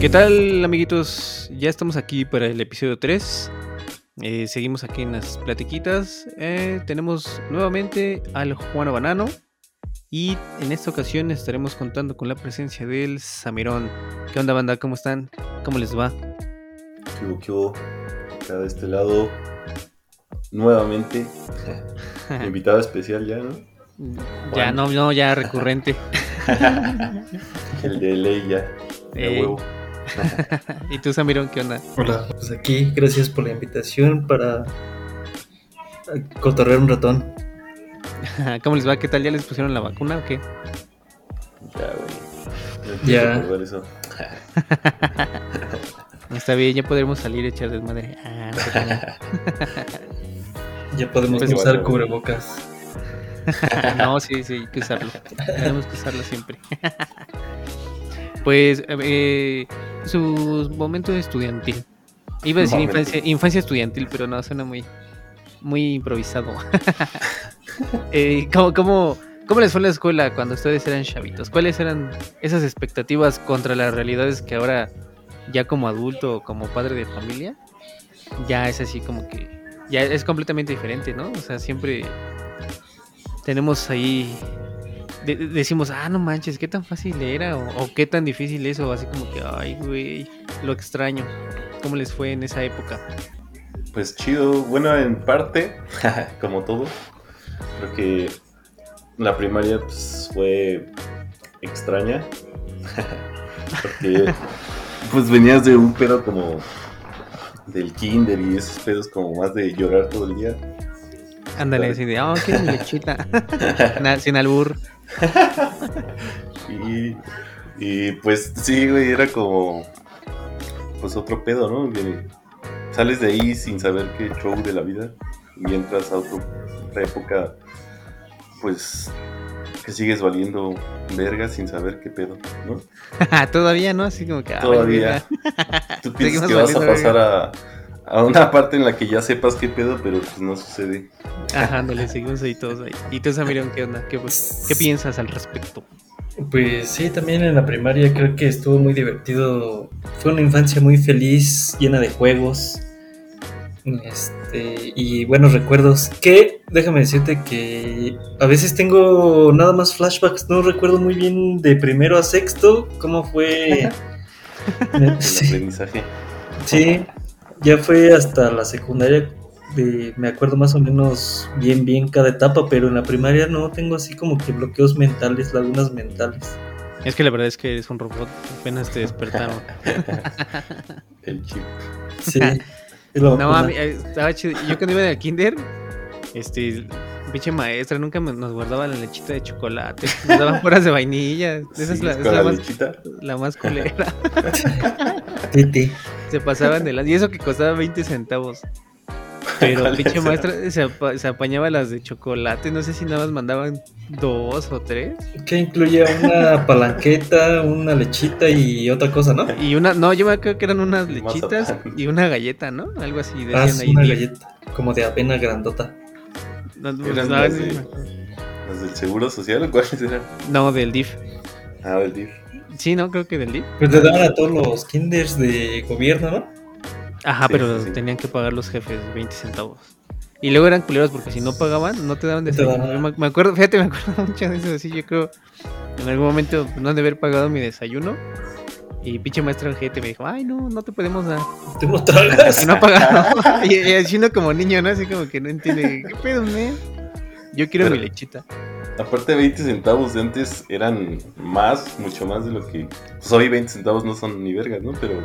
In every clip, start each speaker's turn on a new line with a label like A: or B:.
A: ¿Qué tal, amiguitos? Ya estamos aquí para el episodio 3. Eh, seguimos aquí en las platiquitas. Eh, tenemos nuevamente al Juano Banano. Y en esta ocasión estaremos contando con la presencia del Samirón. ¿Qué onda, banda? ¿Cómo están? ¿Cómo les va?
B: ¿Qué hubo, qué hubo? Acá de este lado, nuevamente, invitado especial ya, ¿no?
A: Ya, no, no, ya recurrente.
B: El de ley ya, de
A: Eh.
B: huevo.
A: ¿Y tú, Samirón, qué onda?
C: Hola, pues aquí, gracias por la invitación para eh, cotorrear un ratón.
A: ¿Cómo les va? ¿Qué tal? ¿Ya les pusieron la vacuna o qué?
B: Ya, güey. No
C: Ya.
B: quiero recordar eso.
A: Está bien, ya podremos salir a echar desmadre. Ah, no se crean.
C: Ya podemos
A: Pues
C: usar
B: bueno.
C: cubrebocas.
A: no, sí, sí, hay que usarlo. Tenemos que usarlo siempre. pues, eh, su momento estudiantil. Iba a decir
B: Momento.
A: infancia, infancia estudiantil, pero no, suena muy, muy improvisado. Eh, ¿cómo, cómo, cómo les fue en la escuela cuando ustedes eran chavitos? ¿Cuáles eran esas expectativas contra las realidades que ahora, ya como adulto o como padre de familia, ya es así como que. Ya es completamente diferente, ¿no? O sea, siempre tenemos ahí. de- de- decimos, ah, no manches, qué tan fácil era o, o qué tan difícil es, o así como que, ay, güey, lo extraño. ¿Cómo les fue en esa época?
B: Pues chido, bueno, en parte, como todo, creo que la primaria pues, fue extraña, porque pues venías de un pedo como del kinder y esos pedos como más de llorar todo el día.
A: Ándale,
B: Claro.
A: así de, oh, quiero mi lechita. Na- sin albur.
B: Y, y, pues sí, güey, era como pues otro pedo, ¿no? Que sales de ahí sin saber qué show de la vida y entras a otro- otra época, pues que sigues valiendo verga sin saber qué pedo, ¿no?
A: Todavía, ¿no? Así como que, "Ay,
B: Todavía. Tú piensas
A: Seguimos
B: que vas a
A: valiendo
B: pasar a, a una parte en la que ya sepas qué pedo, pero pues no sucede.
A: mira". Ajá, ándale, seguimos ahí todos ahí. ¿Y tú, Samirón, qué onda? ¿Qué, pues, qué piensas al respecto?
C: Pues sí, también en la primaria creo que estuvo muy divertido. Fue una infancia muy feliz, llena de juegos. Este, y buenos recuerdos. Que déjame decirte que a veces tengo nada más flashbacks. No recuerdo muy bien de primero a sexto cómo fue.
B: El
C: Sí.
B: aprendizaje.
C: Sí, ya fue hasta la secundaria. de- me acuerdo más o menos bien, bien cada etapa, pero en la primaria no tengo así como que bloqueos mentales, lagunas mentales.
A: Es que la verdad es que eres un robot, apenas te despertaron.
B: El chip.
C: Sí. es la
A: No,
C: vacuna.
A: a mí, eh, estaba chido. Yo cuando iba en el kinder, este, pinche maestra, nunca me- nos guardaba la lechita de chocolate. Nos daban puras de vainilla. Esa
B: Sí,
A: es la,
B: con
A: es la
B: la
A: más,
B: lechita.
A: la más culera.
C: Tete.
A: Se pasaban de las... Y eso que costaba 20 centavos. Pero
B: ¿Cuál
A: pinche
B: es?
A: maestra se, apa- se apañaba las de chocolate. No sé si nada más mandaban dos o tres.
C: Que incluía una palanqueta, una lechita y otra cosa, ¿no?
A: Y una... No, yo me acuerdo que eran unas lechitas
B: Mazapán.
A: y una galleta, ¿no? Algo así.
C: Ah,
A: Decían
C: sí,
A: ahí.
C: una
A: diez.
C: galleta, como de avena grandota.
A: No, no,
B: Eran
A: no,
B: las
A: no,
B: de-
A: no, no.
B: ¿Las del seguro social o cuáles eran?
A: No, del DIF.
B: Ah, del DIF.
A: Sí, no, creo que del DIF.
C: Pues le daban a todos los kinders de gobierno, ¿no?
A: Ajá,
B: Sí,
A: pero
B: sí, sí.
A: tenían que pagar los jefes 20 centavos. Y luego eran culeros porque si no pagaban, no te daban
C: No te
A: desayuno.
C: daban
A: Yo
C: nada.
A: me- me acuerdo, fíjate, me acuerdo mucho de eso. Así yo creo, en algún momento pues, no han de haber pagado mi desayuno. Y pinche maestra gente me dijo, ay, no, no te podemos dar.
C: Tú no tragas.
A: Y no pagaron. y, y así uno como niño, ¿no? Así como que no entiende, ¿qué pedo, man? Yo quiero
B: Pero-
A: mi lechita.
B: Aparte 20 centavos de antes eran más, mucho más de lo que... Pues hoy 20 centavos no son ni vergas, ¿no? Pero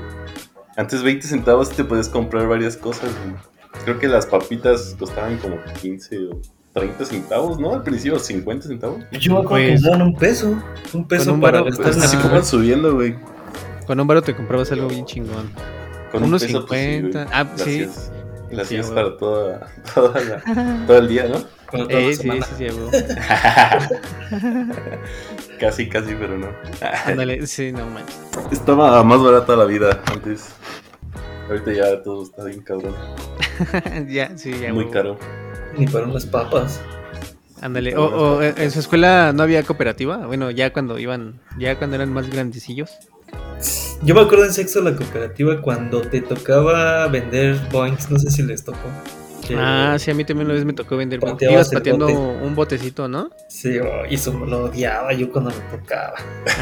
B: antes 20 centavos te podías comprar varias cosas. güey. Creo que las papitas costaban como 15 o 30 centavos, ¿no? Al principio 50 centavos.
C: Yo me acuerdo que
A: Pues-
C: me daban un peso. Un peso
A: un
C: para
A: varo,
C: gastar
B: Pues
C: en
B: así
C: el-
B: como van subiendo, güey.
A: Con un varo te comprabas algo bien chingón.
B: Con un
A: Unos
B: peso, pues, sí, güey.
A: 50. Ah,
B: Las
A: sí.
B: hacías- Las
A: Sí,
B: hacías
A: güey.
B: para toda, toda la- todo el día, ¿no?
C: para toda la
A: Eh, sí, sí,
C: semana.
A: sí, güey.
B: casi, casi, pero no.
A: Ándale, sí, no manches.
B: Estaba más barata la vida antes. Ahorita ya todo está bien cabrón.
A: ya, sí, ya.
B: Muy
A: güey.
B: caro.
C: Ni para unas papas.
A: Ándale, o,
B: Todas
A: o
B: las
A: en en
B: cosas.
A: su escuela no había cooperativa, bueno, ya cuando iban, ya cuando eran más grandecillos.
C: Yo me acuerdo en sexto la cooperativa cuando te tocaba vender boings, no sé si les tocó. que-
A: Ah, sí, a mí también una vez me tocó vender. bo-
C: Pateabas
A: Ibas
C: el
A: pateando
C: bote.
A: un botecito, ¿no?
C: Sí, oh, y eso lo odiaba yo cuando me tocaba.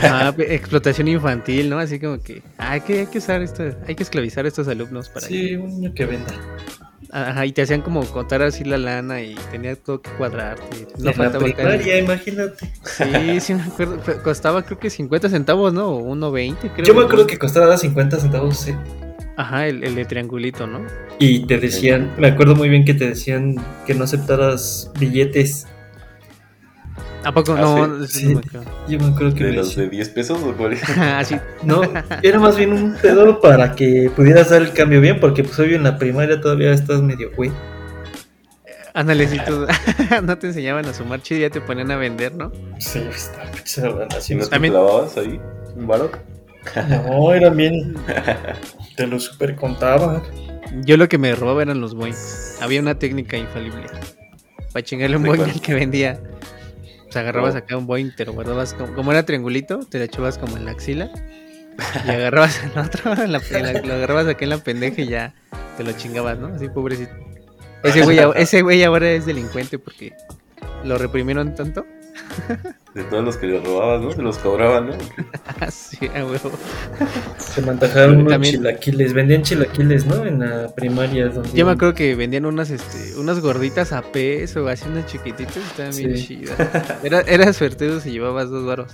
A: Ajá, pe- explotación infantil, ¿no? Así como que ah, que hay que usar esto, hay que esclavizar a estos alumnos para
C: Sí, un niño que venda.
A: que- Ajá, y te hacían como contar así la lana y tenía todo que cuadrarte. No
C: en la
A: faltaba acá el-
C: primaria, imagínate.
A: Sí, sí me acuerdo. Fue- Costaba creo que 50 centavos, ¿no? O 1.20, creo.
C: Yo me acuerdo que costaba 50 centavos sí.
A: Ajá, el, el de triangulito, ¿no?
C: y te decían, me acuerdo muy bien que te decían que no aceptaras billetes.
A: ¿A poco?
B: Ah,
A: no,
C: sí.
A: sí, no me acuerdo.
C: Yo me acuerdo que
B: ¿De
C: me
B: los
C: decían-
B: de 10 pesos o cuál?
A: Ajá, sí.
C: No, era más bien un pedo para que pudieras dar el cambio bien, porque pues obvio en la primaria todavía estás medio güey.
A: Ándale, sí, tú- no te enseñaban a sumar chido, ya te ponían a vender, ¿no?
C: Sí, está pinche
B: Si no
C: relación.
B: te
A: pues, También-
B: clavabas ahí, un varo.
C: No, era bien. Te lo super contaba.
A: Yo lo que me robaba eran los boings. Había una técnica infalible. Para chingarle un
B: ¿De
A: boing
B: cuál?
A: al que vendía. Pues agarrabas
B: Oh.
A: acá un boing, te lo guardabas como, como era triangulito, te lo echabas como en la axila. Y agarrabas al otro, en la- en la- lo agarrabas aquí en la pendeja y ya te lo chingabas, ¿no? Así pobrecito. Ese güey, ahora- ese güey ahora es delincuente porque lo reprimieron tanto.
B: De todos los que le robabas, ¿no? Te los cobraban, ¿no?
A: Así, Ah, a huevo.
C: Se mantajaron unos
A: También-
C: chilaquiles. Vendían chilaquiles, ¿no? En la primaria. Donde
A: Yo me acuerdo que vendían unas, este, unas gorditas a peso, así unas chiquititas, estaban bien
C: Sí.
A: chidas. Era, era suertudo si llevabas dos varos.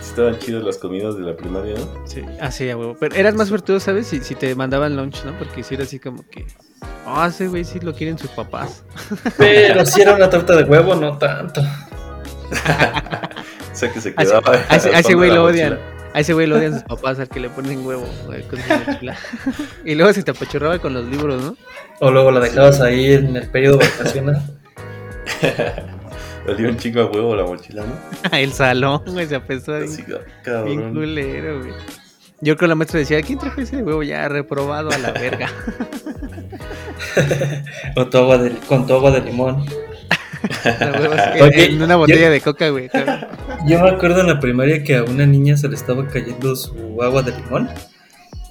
B: Estaban chidas las comidas de la primaria, ¿no?
A: Ah, Sí. Así, a huevo. Pero eras más suertudo, ¿sabes? Si, si te mandaban lunch, ¿no? Porque si era así como que. Ah, ese güey sí lo quieren sus papás.
C: Pero si era una torta de huevo, no tanto.
B: O sea que se
A: A ese-
B: quedaba.
A: a ese- a ese
B: fondo
A: güey
B: de la
A: lo
B: mochila.
A: odian. A ese güey lo odian sus papás, al que le ponen huevo güey, con su mochila. Y luego se te apachurraba con los libros, ¿no?
C: O luego la dejabas ahí en el periodo vacacional.
B: Olía un chingo a huevo la mochila, ¿no?
A: El salón, güey, se apestó bien,
B: Así, ah,
A: bien
B: cabrón.
A: culero, güey. Yo creo que la maestra decía, ¿quién trajo ese huevo ya reprobado a la verga?
C: O tu agua de- con tu agua de limón.
A: Los huevos en-
C: Oye,
A: en una
C: yo-
A: botella de coca, güey. claro.
C: Yo me acuerdo en la primaria que a una niña se le estaba cayendo su agua de limón.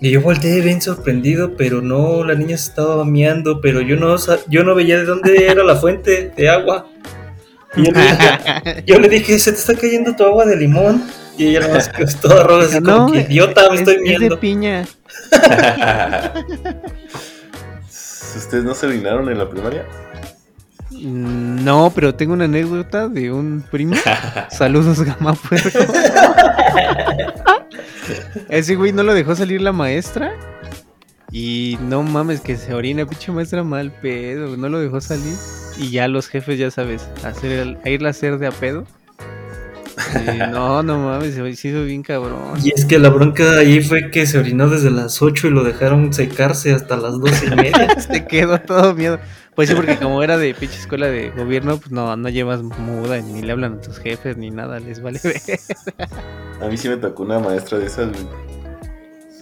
C: Y yo volteé bien sorprendido, pero no, la niña se estaba meando, pero yo no, sa- yo no veía de dónde era la fuente de agua. Y yo le dije, yo le dije, se te está cayendo tu agua de limón. Y ella nomás que estaba roja, así como que idiota, me
A: es-
C: estoy
A: es de
C: meando.
A: piña.
B: ¿Ustedes no se orinaron en la primaria?
A: Mm, No, pero tengo una anécdota de un primo. Saludos, Gama Puerco. Ese güey no lo dejó salir la maestra. Y no mames, que se orina, pinche maestra mal pedo. No lo dejó salir. Y ya los jefes, ya sabes, hacer el- a irla a hacer de a pedo. Y no, no mames, se se hizo bien cabrón.
C: Y es que la bronca ahí fue que se orinó desde las 8 y lo dejaron secarse hasta las 12 y media.
A: Te quedó todo miedo. Pues sí, porque como era de pinche escuela de gobierno, pues no, no llevas muda, ni le hablan a tus jefes, ni nada, les vale ver.
B: A mí sí me tocó una maestra de esas, güey.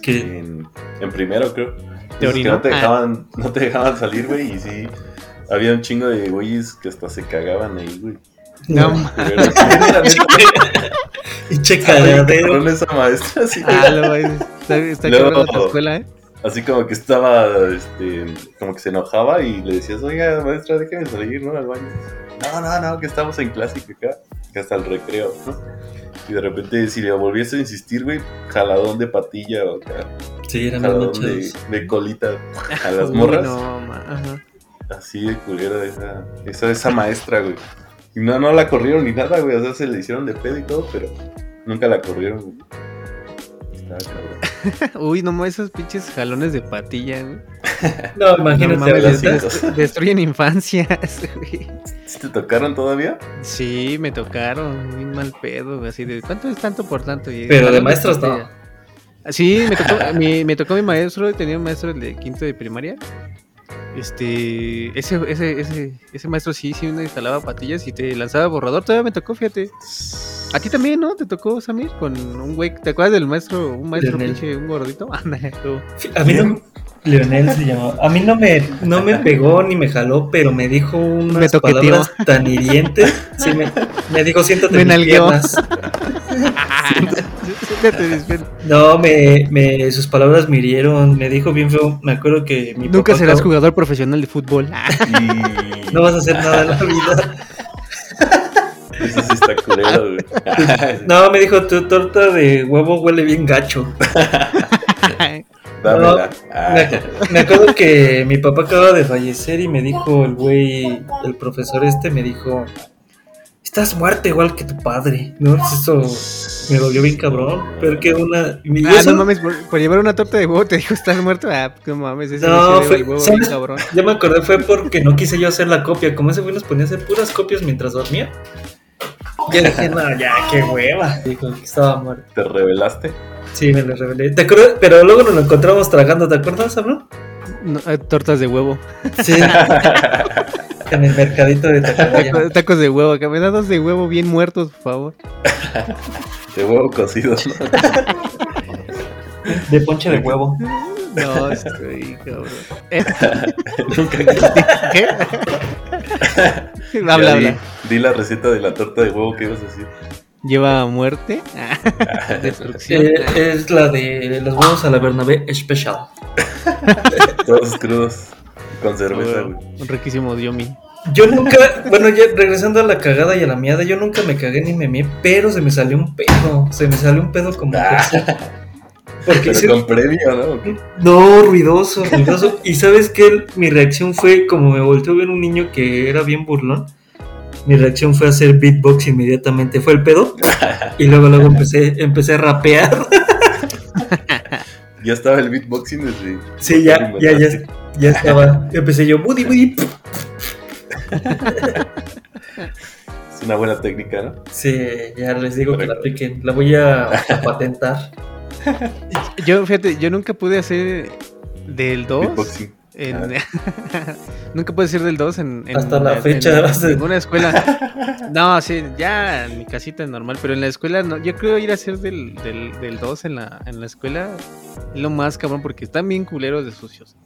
C: Que
B: En, en primero, creo.
A: ¿Te
B: Esos que
A: orinó?
B: no te
A: Ah.
B: dejaban, no te dejaban salir, güey, y sí. Había un chingo de güeyes que hasta se cagaban ahí, güey.
A: No,
C: no.
A: ma-
B: Pero la neta,
C: Y
B: estaba bien
C: checadero.
B: cabrón esa maestra, así,
A: ah, lo va a decir. está, está
B: Luego-
A: cabrón tu escuela, ¿eh?
B: así como que estaba, este, como que se enojaba y le decías, oiga, maestra, déjeme salir, ¿no? Al baño. No, no, no, que estamos en clase que acá, que hasta el recreo, ¿no? Y de repente, si le volviese a insistir, güey, jaladón de patilla o acá,
C: Sí, eran bien
B: jaladón de,
C: manchados.
B: de colita a las
A: Uy,
B: morras.
A: no, ma- ajá.
B: Así de culera esa, esa, esa maestra, güey. Y no, no la corrieron ni nada, güey. O sea, se le hicieron de pedo y todo, pero nunca la corrieron, güey. Estaba cabrón.
A: Uy, no, ma, esos pinches jalones de patilla, güey.
C: No,
A: No
C: imagínate
A: mames,
B: hablas
A: des-
B: así.
C: ahorita.
A: des- destruyen infancias, güey.
B: ¿Sí ¿Te tocaron todavía?
A: Sí, me tocaron, bien mal pedo, güey, así de ¿cuánto es tanto por tanto? Y-
C: Pero de
A: jalón
C: maestros no.
A: patilla. Sí, me tocó, mi, me tocó mi maestro, tenía un maestro el de quinto de primaria. Este, ese, ese, ese, ese maestro sí, sí me instalaba patillas y te lanzaba borrador, todavía me tocó, fíjate. A ti también, ¿no? Te tocó, Samir, con un güey, ¿te acuerdas del maestro, un maestro
C: Leonel.
A: pinche, un gordito? Ándale, tú.
C: A mí no, Leonel se llamaba. A mí no me, no me pegó ni me jaló, pero me dijo unas
A: Me toqueteó.
C: palabras tan hirientes. Sí, me, me dijo, siéntate
A: Me
C: en mis
A: nalgueó.
C: piernas.
A: Ya te dispen-
C: No, me, me, sus palabras me hirieron, me dijo bien feo, me acuerdo que mi
A: Nunca
C: papá
A: serás
C: acabó-
A: jugador profesional de fútbol.
B: Y...
C: No vas a hacer nada en la vida.
B: Eso sí está culero, güey.
C: No, me dijo, tu torta de huevo huele bien gacho.
B: Dámela. Ah,
C: Me, ac- me acuerdo que mi papá acaba de fallecer y me dijo el güey, el profesor este, me dijo, estás muerta igual que tu padre. No, Pues eso me dolió bien cabrón. Pero que una... y me- y
A: Ah,
C: eso-
A: no mames, por, por llevar una torta de huevo te dijo estás muerto. Ah, no mames, ese
C: No,
A: no,
C: fue-
A: el huevo
C: ¿sabes?
A: bien cabrón.
C: Ya me acordé, fue porque no quise yo hacer la copia. Como ese güey nos ponía a hacer puras copias mientras dormía. Ya dije, no, ya, qué hueva. Dijo que estaba muerto.
B: ¿Te revelaste?
C: Sí, me lo revelé. ¿Te acuerdas? Pero luego nos lo encontramos tragando, ¿te acuerdas, Abraham?
A: No, eh, tortas de huevo.
C: Sí. en el mercadito de Tacubaya.
A: Tacos, tacos de huevo. Que me da dos de huevo bien muertos, por favor.
B: De huevo cocido. ¿no?
C: De ponche de huevo.
A: No, estoy cabrón. Eh,
B: Nunca existí.
A: ¿Qué? habla,
B: Ya di-
A: habla.
B: Di la receta de la torta de huevo que ibas a decir.
A: Lleva a muerte. Ah, Destrucción.
C: Eh, es la de los huevos a la Bernabé Special.
B: Todos crudos. Con cerveza,
A: Huevo.
B: güey.
A: Un riquísimo diomi.
C: Yo nunca, bueno, ya regresando a la cagada y a la miada, yo nunca me cagué ni me mié, pero se me salió un pedo. Se me salió un pedo como.
B: Ah. Pero
C: Porque hice-
B: con previo, ¿no? ¿O qué?
C: No, ruidoso, ruidoso. y sabes que mi reacción fue como me volteó a ver un niño que era bien burlón. Mi reacción fue hacer beatbox inmediatamente. Fue el pedo. Y luego, luego empecé, empecé a rapear.
B: Ya estaba el beatboxing desde.
C: Sí, ya, ya, ya, ya estaba. Empecé yo, budi, budi.
B: Es una buena técnica, ¿no?
C: Sí, ya les digo que la apliquen. La voy a, a patentar.
A: Yo, fíjate, yo nunca pude hacer del 2.
B: Beatboxing.
A: en- nunca pude ser del 2 en, en-
C: Hasta la
A: en-
C: fecha,
A: en
C: vas a-
A: ninguna escuela. No, sí, ya en mi casita es normal, pero en la escuela no. Yo creo ir a ser del, del, del 2 en la, en la escuela es lo más cabrón porque están bien culeros de sucios.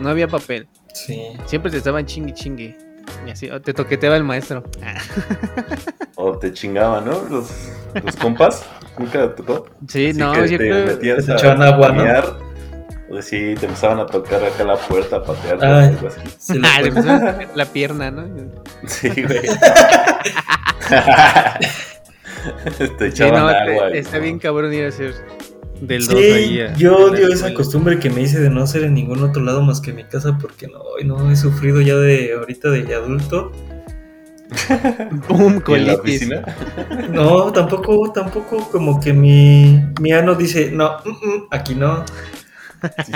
A: No había papel,
C: Sí.
A: siempre te estaban chingue chingue. Y así, o te toqueteaba el maestro. Ah,
B: O te chingaba, ¿no? Los, los compas. Nunca te tocó.
A: Sí,
B: Así
A: no,
B: que
A: siempre.
B: te metías
C: Te
B: a
C: echaban agua, ¿no?
B: bañar, o sí, te empezaban a tocar acá la puerta, a patear,
C: Ay.
B: algo así.
C: sí lo
A: Ah, le
C: cuento.
A: empezaban a comer la pierna, ¿no?
B: Sí, güey. te
A: Sí,
B: echaban
A: no, te-
B: agua. y-
A: está bien cabrón ir a hacer del 2
C: Sí,
A: ahí. eh. a-
C: yo
A: en la
C: odio esa
A: escuela.
C: costumbre que me hice de no hacer en ningún otro lado más que en mi casa porque no, ay, no he sufrido ya de ahorita de adulto.
A: Pum,
B: ¿Y en la
A: colitis.
B: oficina?
C: No, tampoco, tampoco como que mi, mi ano dice, no, mm, mm, aquí no.
B: Sí,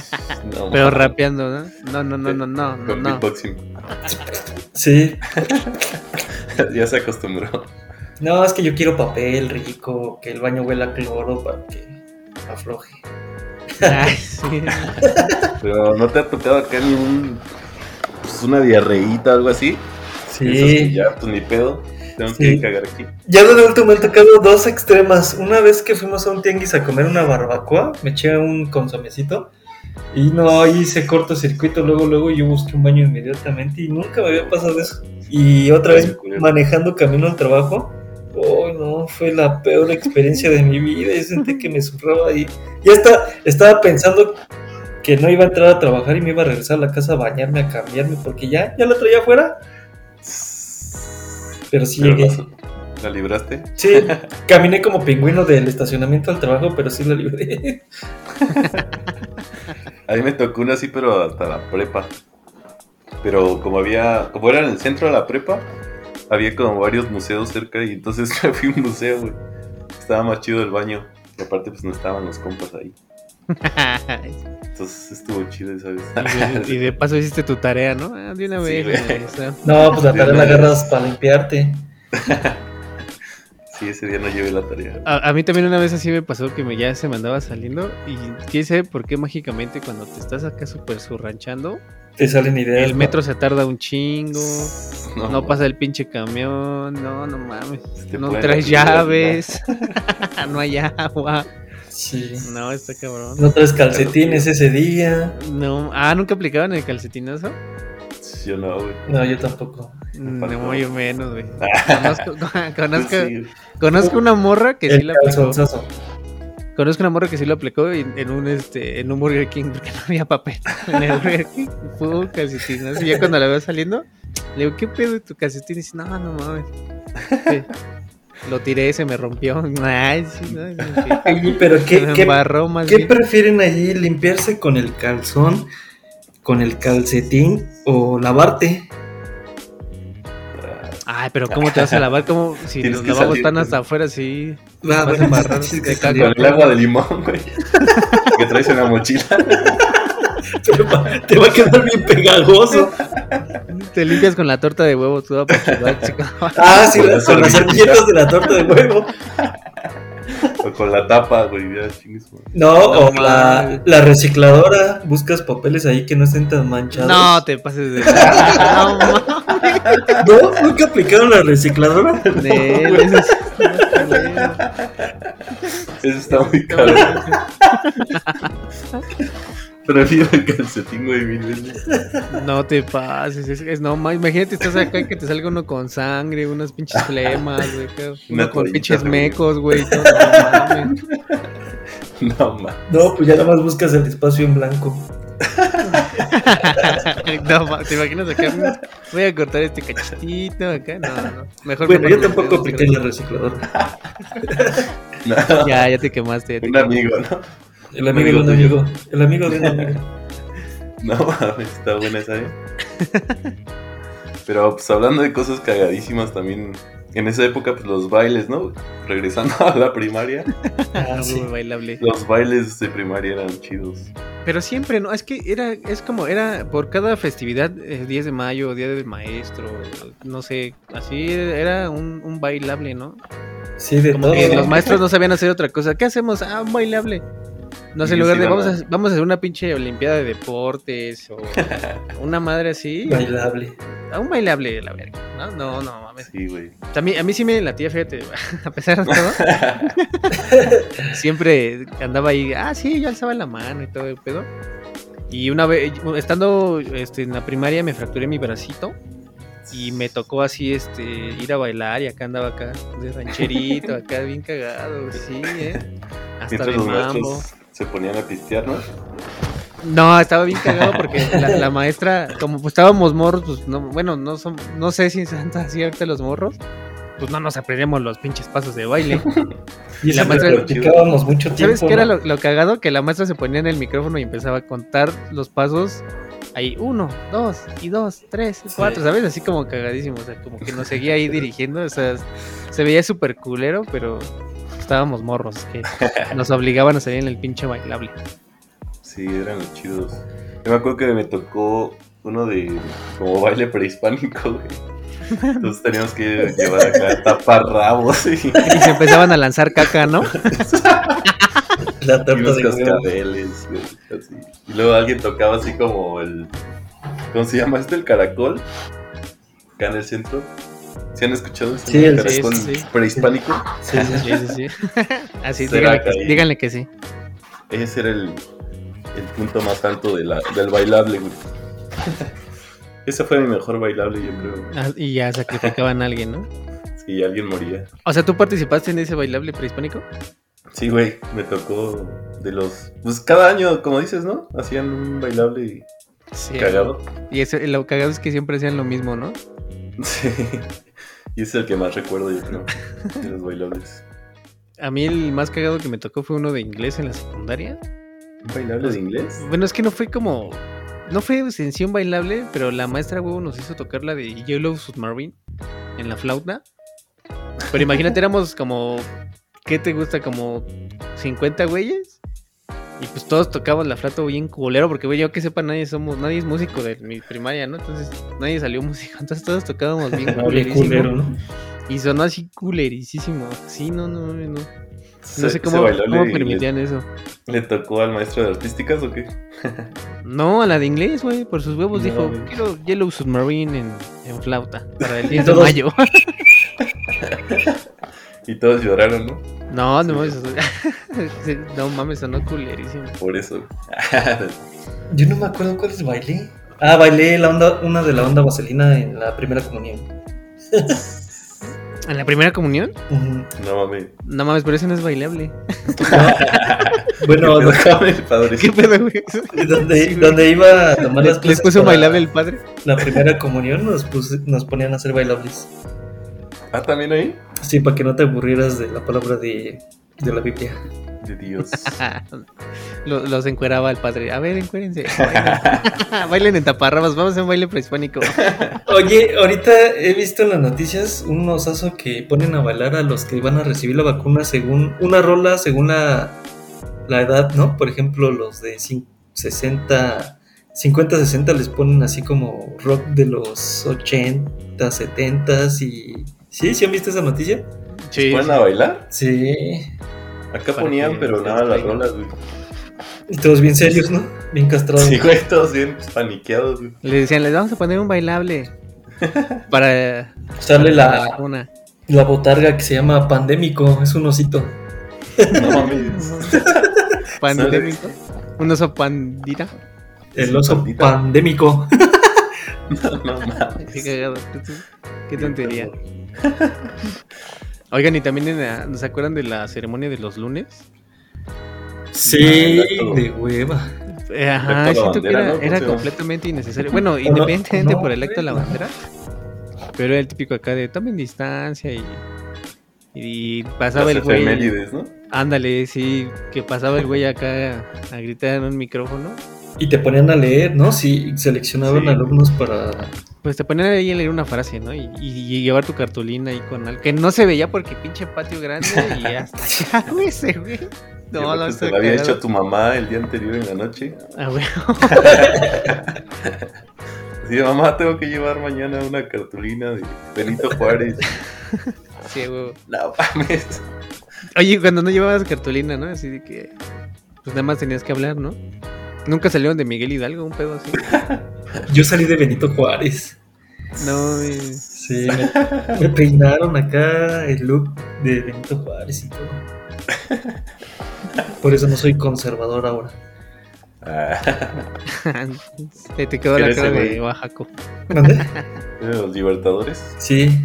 B: no,
A: Pero
B: mames,
A: rapeando, ¿no? No, no, no, no, no, no,
B: Con
A: no.
B: beatboxing.
C: Sí,
B: ya se acostumbró.
C: no, es que yo quiero papel rico, que el baño huela a cloro para que afloje.
A: Ay, sí.
B: Pero no te ha tocado acá ni un. Pues una diarreíta, algo así. Esos que
C: Sí.
B: ya, pues ni pedo. Tengo
C: Sí.
B: que cagar aquí.
C: Ya de adulto me han tocado dos extremas. Una vez que fuimos a un tianguis a comer una barbacoa, me eché un consomecito y no hice cortocircuito. Luego, luego yo busqué un baño inmediatamente y nunca me había pasado eso. Y otra
B: Ay,
C: vez
B: culero.
C: manejando camino al trabajo. Oh, no, fue la peor experiencia de mi vida. Yo sentí que me zurraba y ya está, estaba pensando que no iba a entrar a trabajar y me iba a regresar a la casa a bañarme, a cambiarme, porque ya, ya la traía afuera. Pero sí
B: Pero
C: llegué.
B: la- ¿La libraste?
C: Sí, caminé como pingüino del estacionamiento al trabajo, pero sí lo libré.
B: A mí me tocó una así, pero hasta la prepa. Pero como había, como era en el centro de la prepa, había como varios museos cerca y entonces me fui a un museo, güey. Estaba más chido el baño. Y aparte, pues no estaban los compas ahí. Entonces estuvo chido esa vez.
A: Y de- y de paso hiciste tu tarea, ¿no? Ah, de una
B: Sí,
A: vez.
B: güey.
A: güey, o sea,
C: No, pues la
B: Sí,
C: tarea
B: no,
C: la
B: no.
C: agarras para limpiarte.
B: Sí, ese día no llevé la tarea.
A: A, a mí también una vez así me pasó que me, ya se me andaba saliendo y quién sabe por qué mágicamente cuando te estás acá súper surranchando,
C: Te salen ideas.
A: el
C: ¿no?
A: metro se tarda un chingo,
B: No,
A: no pasa el pinche camión, no, no mames,
B: Te
A: no
B: pueden
A: traes
B: atropellar,
A: llaves, no hay agua,
C: Sí.
A: no, está cabrón.
C: No traes calcetines ese día.
A: No, ah, nunca aplicaban el calcetinazo.
B: Yo no, güey.
C: No, yo tampoco.
A: No,
B: faltó.
A: yo menos, güey. Conozco, conozco,
B: Pues Sí,
A: conozco una morra que sí
C: El
A: la aplicó.
C: calzonzazo.
A: Conozco una morra que sí lo aplicó en, en un este en un Burger King porque no había papel en el Burger King. Fue calcetín. Así ya cuando la veo saliendo, le digo, ¿qué pedo de tu calcetín? Y dice, no, no mames. Sí. Lo tiré, se me rompió. Ay, sí, no, sí,
C: Oye, pero
A: que
C: ¿qué,
A: se me
C: qué,
A: embarró más
C: ¿Qué
A: bien.
C: prefieren allí? ¿Limpiarse con el calzón, con el calcetín o lavarte?
A: Ay, pero ¿cómo te vas a lavar? ¿Cómo? Si
B: Tienes
A: los
B: que
A: lavabos
B: salir,
A: están
B: ¿no?
A: hasta afuera, sí.
C: Ah,
A: Vas
C: bueno,
A: a embarrar este
C: sí,
A: de
C: sí,
A: caca.
B: Con el agua de limón, güey. Que traes en la mochila.
C: Te va, te va a quedar bien pegajoso.
A: Te limpias con la torta de huevo, toda apachurrada, chico.
C: Ah, sí,
B: Con la
C: con las
B: servilleta.
C: servilletas de la torta de huevo.
B: O con la tapa, güey. Ya, chingues, güey.
C: No, o
A: No,
C: la,
A: man.
C: la recicladora. Buscas papeles ahí que no estén tan manchados.
A: No, te pases de... No, mames.
C: ¿No? ¿Nunca aplicaron la recicladora?
A: Nel, eso es- no,
B: Eso está muy caro.
A: no, no.
B: Prefiero el calcetín, güey, mil veces.
A: No te pases, es, es- no ma, imagínate estás acá que te salga uno con sangre, unas pinches flemas, güey, que-
B: Una
A: uno con
B: toallita,
A: pinches
B: güey.
A: mecos, güey, y todo, no mames.
B: No, man.
C: No, pues ya nada más buscas el espacio en blanco.
A: No, ma, te imaginas acá, voy a cortar este cachetito acá, no, no, mejor
C: Bueno,
A: me
C: yo
A: corto los
C: tampoco
A: dedos,
C: apliqué la recicladora.
B: No.
A: creo. Ya, ya te quemaste, ya te
B: Un amigo, ¿no?
C: El amigo de un amigo. El amigo de un amigo.
B: No, mames, está buena esa, ¿eh? Pero, pues, hablando de cosas cagadísimas también... En esa época, pues, los bailes, ¿no? Regresando a la primaria.
C: Ah,
A: quemaste,
C: sí.
A: güey, bailable.
B: Los bailes de primaria eran chidos.
A: Pero siempre, ¿no? Es que era, es como, era por cada festividad, eh, 10 de mayo, Día del Maestro, no sé, así era un, un bailable, ¿no?
C: Sí, de
A: Como
C: todo.
A: que los maestros no sabían hacer otra cosa. ¿Qué hacemos? Ah, un bailable. No sé, en
B: Y
A: lugar
B: sí,
A: de
B: ¿verdad?
A: vamos a, vamos a hacer una pinche olimpiada de deportes o una madre así.
C: Bailable.
A: A un bailable, la verga. No, no, no mames.
B: Sí, güey.
A: A mí, a mí sí me latía, fíjate, a pesar de todo. siempre andaba ahí, ah, sí, yo alzaba la mano y todo el pedo. Y una vez, estando este, en la primaria, me fracturé mi bracito. Y me tocó así, este, ir a bailar y acá andaba acá, de rancherito, acá bien cagado, sí, eh. Hasta
B: Mientras
A: de
B: los
A: mambo.
B: maestros se ponían a pistear, ¿no?
A: No, estaba bien cagado porque la, la maestra, como pues, estábamos morros, pues no, bueno, no son, no sé si son así ahorita los morros, pues no nos aprendemos los pinches pasos de baile.
C: Y
A: la
C: eso
A: maestra-
C: lo practicábamos mucho tiempo.
A: ¿Sabes qué era
C: ¿no?
A: lo, lo cagado? Que la maestra se ponía en el micrófono y empezaba a contar los pasos. Ahí, uno, dos, y dos, tres, y cuatro, ¿sabes? Así como cagadísimo, o sea, como que nos seguía ahí dirigiendo, o sea, se veía súper culero, pero estábamos morros, que nos obligaban a salir en el pinche bailable.
B: Sí, eran los chidos. Yo me acuerdo que me tocó uno de como baile prehispánico, güey. Entonces teníamos que llevar acá taparrabos y, y
A: Y se empezaban a lanzar caca, ¿no?
C: La tarta
B: unos
C: de huevo.
B: cascabeles, güey, así. Y luego alguien tocaba así como el. ¿Cómo se llama este? El caracol. Acá en el centro. ¿Se han escuchado ese
C: Sí, el-
B: caracol
A: sí, sí.
B: prehispánico?
C: Sí, sí, sí.
A: Sí, sí, sí. Así,
B: Será
A: díganle que,
B: que ahí-
A: díganle que sí.
B: Ese era el, el punto más alto de la- del bailable, güey. Ese fue mi mejor bailable, yo creo. güey.
A: Ah, Y ya sacrificaban a alguien, ¿no?
B: Sí, alguien moría.
A: O sea, ¿tú participaste en ese bailable prehispánico?
B: Sí, güey, me tocó de los... Pues cada año, como dices, ¿no? Hacían un bailable
A: Sí.
B: cagado.
A: Y ese- lo cagado es que siempre hacían lo mismo, ¿no?
B: Sí. Y ese es el que más recuerdo, yo creo, de los bailables.
A: A mí el más cagado que me tocó fue uno de inglés en la secundaria.
B: ¿Un bailable de inglés?
A: Bueno, es que no fue como... No fue en sí un bailable, pero la maestra huevo nos hizo tocar la de Yellow Submarine en la flauta. Pero imagínate, éramos como... ¿Qué te gusta? Como 50 güeyes. Y pues todos tocamos la flauta bien culero, porque güey, yo que sepa, nadie somos, nadie es músico de mi primaria, ¿no? Entonces nadie salió músico, entonces todos tocábamos bien
C: No, bien
A: culerísimo.
C: culero, ¿no?
A: Y sonó así culerísimo. Sí, no, no, no. No,
B: Ese-
A: no sé
B: ese
A: cómo,
B: bailable
A: cómo
B: le-
A: permitían eso.
B: ¿Le tocó al maestro de artísticas o qué?
A: No, a la de inglés, güey, por sus huevos
B: No,
A: dijo,
B: güey.
A: quiero Yellow Submarine en, en flauta para el 10 de
C: todos-
A: mayo.
B: Y todos lloraron, ¿no?
A: No, no mames,
B: Sí.
A: sí, no mames, sonó culerísimo.
B: Por eso.
C: Yo no me acuerdo cuáles bailé. Ah, bailé la onda, una de la onda vaselina en la primera comunión.
A: ¿En la primera comunión?
C: Ujú.
B: No mames.
A: No mames, pero ese no es bailable.
C: Bueno,
B: No mames, padre.
A: ¿Qué pedo, güey?
C: donde,
A: Sí, güey.
C: donde iba a tomar
A: ¿Les,
C: las
A: les
C: clases
A: puso
C: para
A: bailable el padre?
C: La primera comunión nos, pus- nos ponían a hacer bailables.
B: Ah, también ahí.
C: Sí, para que no te aburrieras de la palabra de, de la Biblia.
B: De Dios.
A: Ah, lo- los encueraba el padre. A ver, encuérense. Bailen. Bailen en taparrabas. Vamos a un baile prehispánico.
C: Oye, ahorita he visto en las noticias un osazo que ponen a bailar a los que van a recibir la vacuna según una rola según la, la edad, ¿no? Por ejemplo, los de cin- 60, 50, 60 les ponen así como rock de los 80, 70 y... ¿Sí? ¿Sí han visto esa noticia?
A: Sí.
B: ¿Van a bailar?
C: Sí.
B: Acá
A: Para
B: ponían,
A: que
B: pero
A: se
B: nada, las
A: distraigan.
B: rolas, güey.
C: Y todos bien serios, ¿no? Bien castrados.
B: Sí, güey, todos bien paniqueados, güey.
A: Les decían, les vamos a poner un bailable. Para
C: Sale la,
A: una.
C: la botarga que se llama Pandémico, es un osito.
B: No mames.
A: Pandémico. Un oso pandita.
C: El oso
B: Pandita.
C: pandémico.
B: No mames.
A: Qué cagado. Qué- Qué tontería. Oigan, y también en la- ¿se acuerdan de la ceremonia de los lunes?
C: Sí,
B: Exacto.
C: de hueva.
A: Eh,
B: Acto a
A: Ajá,
B: la
A: siento que
B: bandera,
A: era,
B: ¿no?
A: era
B: Sí.
A: completamente innecesario. Bueno,
C: no,
A: independientemente
C: no,
A: por el acto de la
C: güey.
A: bandera, pero era el típico acá de tomen distancia y, y pasaba
B: Las
A: el güey.
B: efemérides, ¿no?
A: Ándale, sí, que pasaba el güey acá a, a gritar en un micrófono.
C: Y te ponían a leer, ¿no? Sí, seleccionaban
B: Sí.
C: alumnos para.
A: Pues te ponían ahí a leer una frase, ¿no? Y, y- y llevar tu cartulina ahí con algo que no se veía porque pinche patio grande y hasta allá, güey, ese güey.
B: Yo
A: No,
B: creo
A: no,
B: que se
A: está
B: lo pues, había
A: cagado.
B: hecho tu mamá el día anterior en la noche.
A: Ah, güey.
B: Sí, mamá, tengo que llevar mañana una cartulina de Benito Juárez.
A: Sí, güey.
B: No mames.
A: Oye, cuando no llevabas cartulina, ¿no? Así de que. Pues nada más tenías que hablar, ¿no? Nunca salieron de Miguel Hidalgo, un pedo así.
C: Yo salí de Benito Juárez.
A: No, eh,
C: Sí, me, me peinaron acá el look de Benito Juárez y todo. Por eso no soy conservador ahora.
B: Ah,
A: se te quedó la
B: Eres
A: cara
B: ese
A: de
B: güey.
A: Oaxaco.
C: ¿Mande?
B: los libertadores.
C: Sí.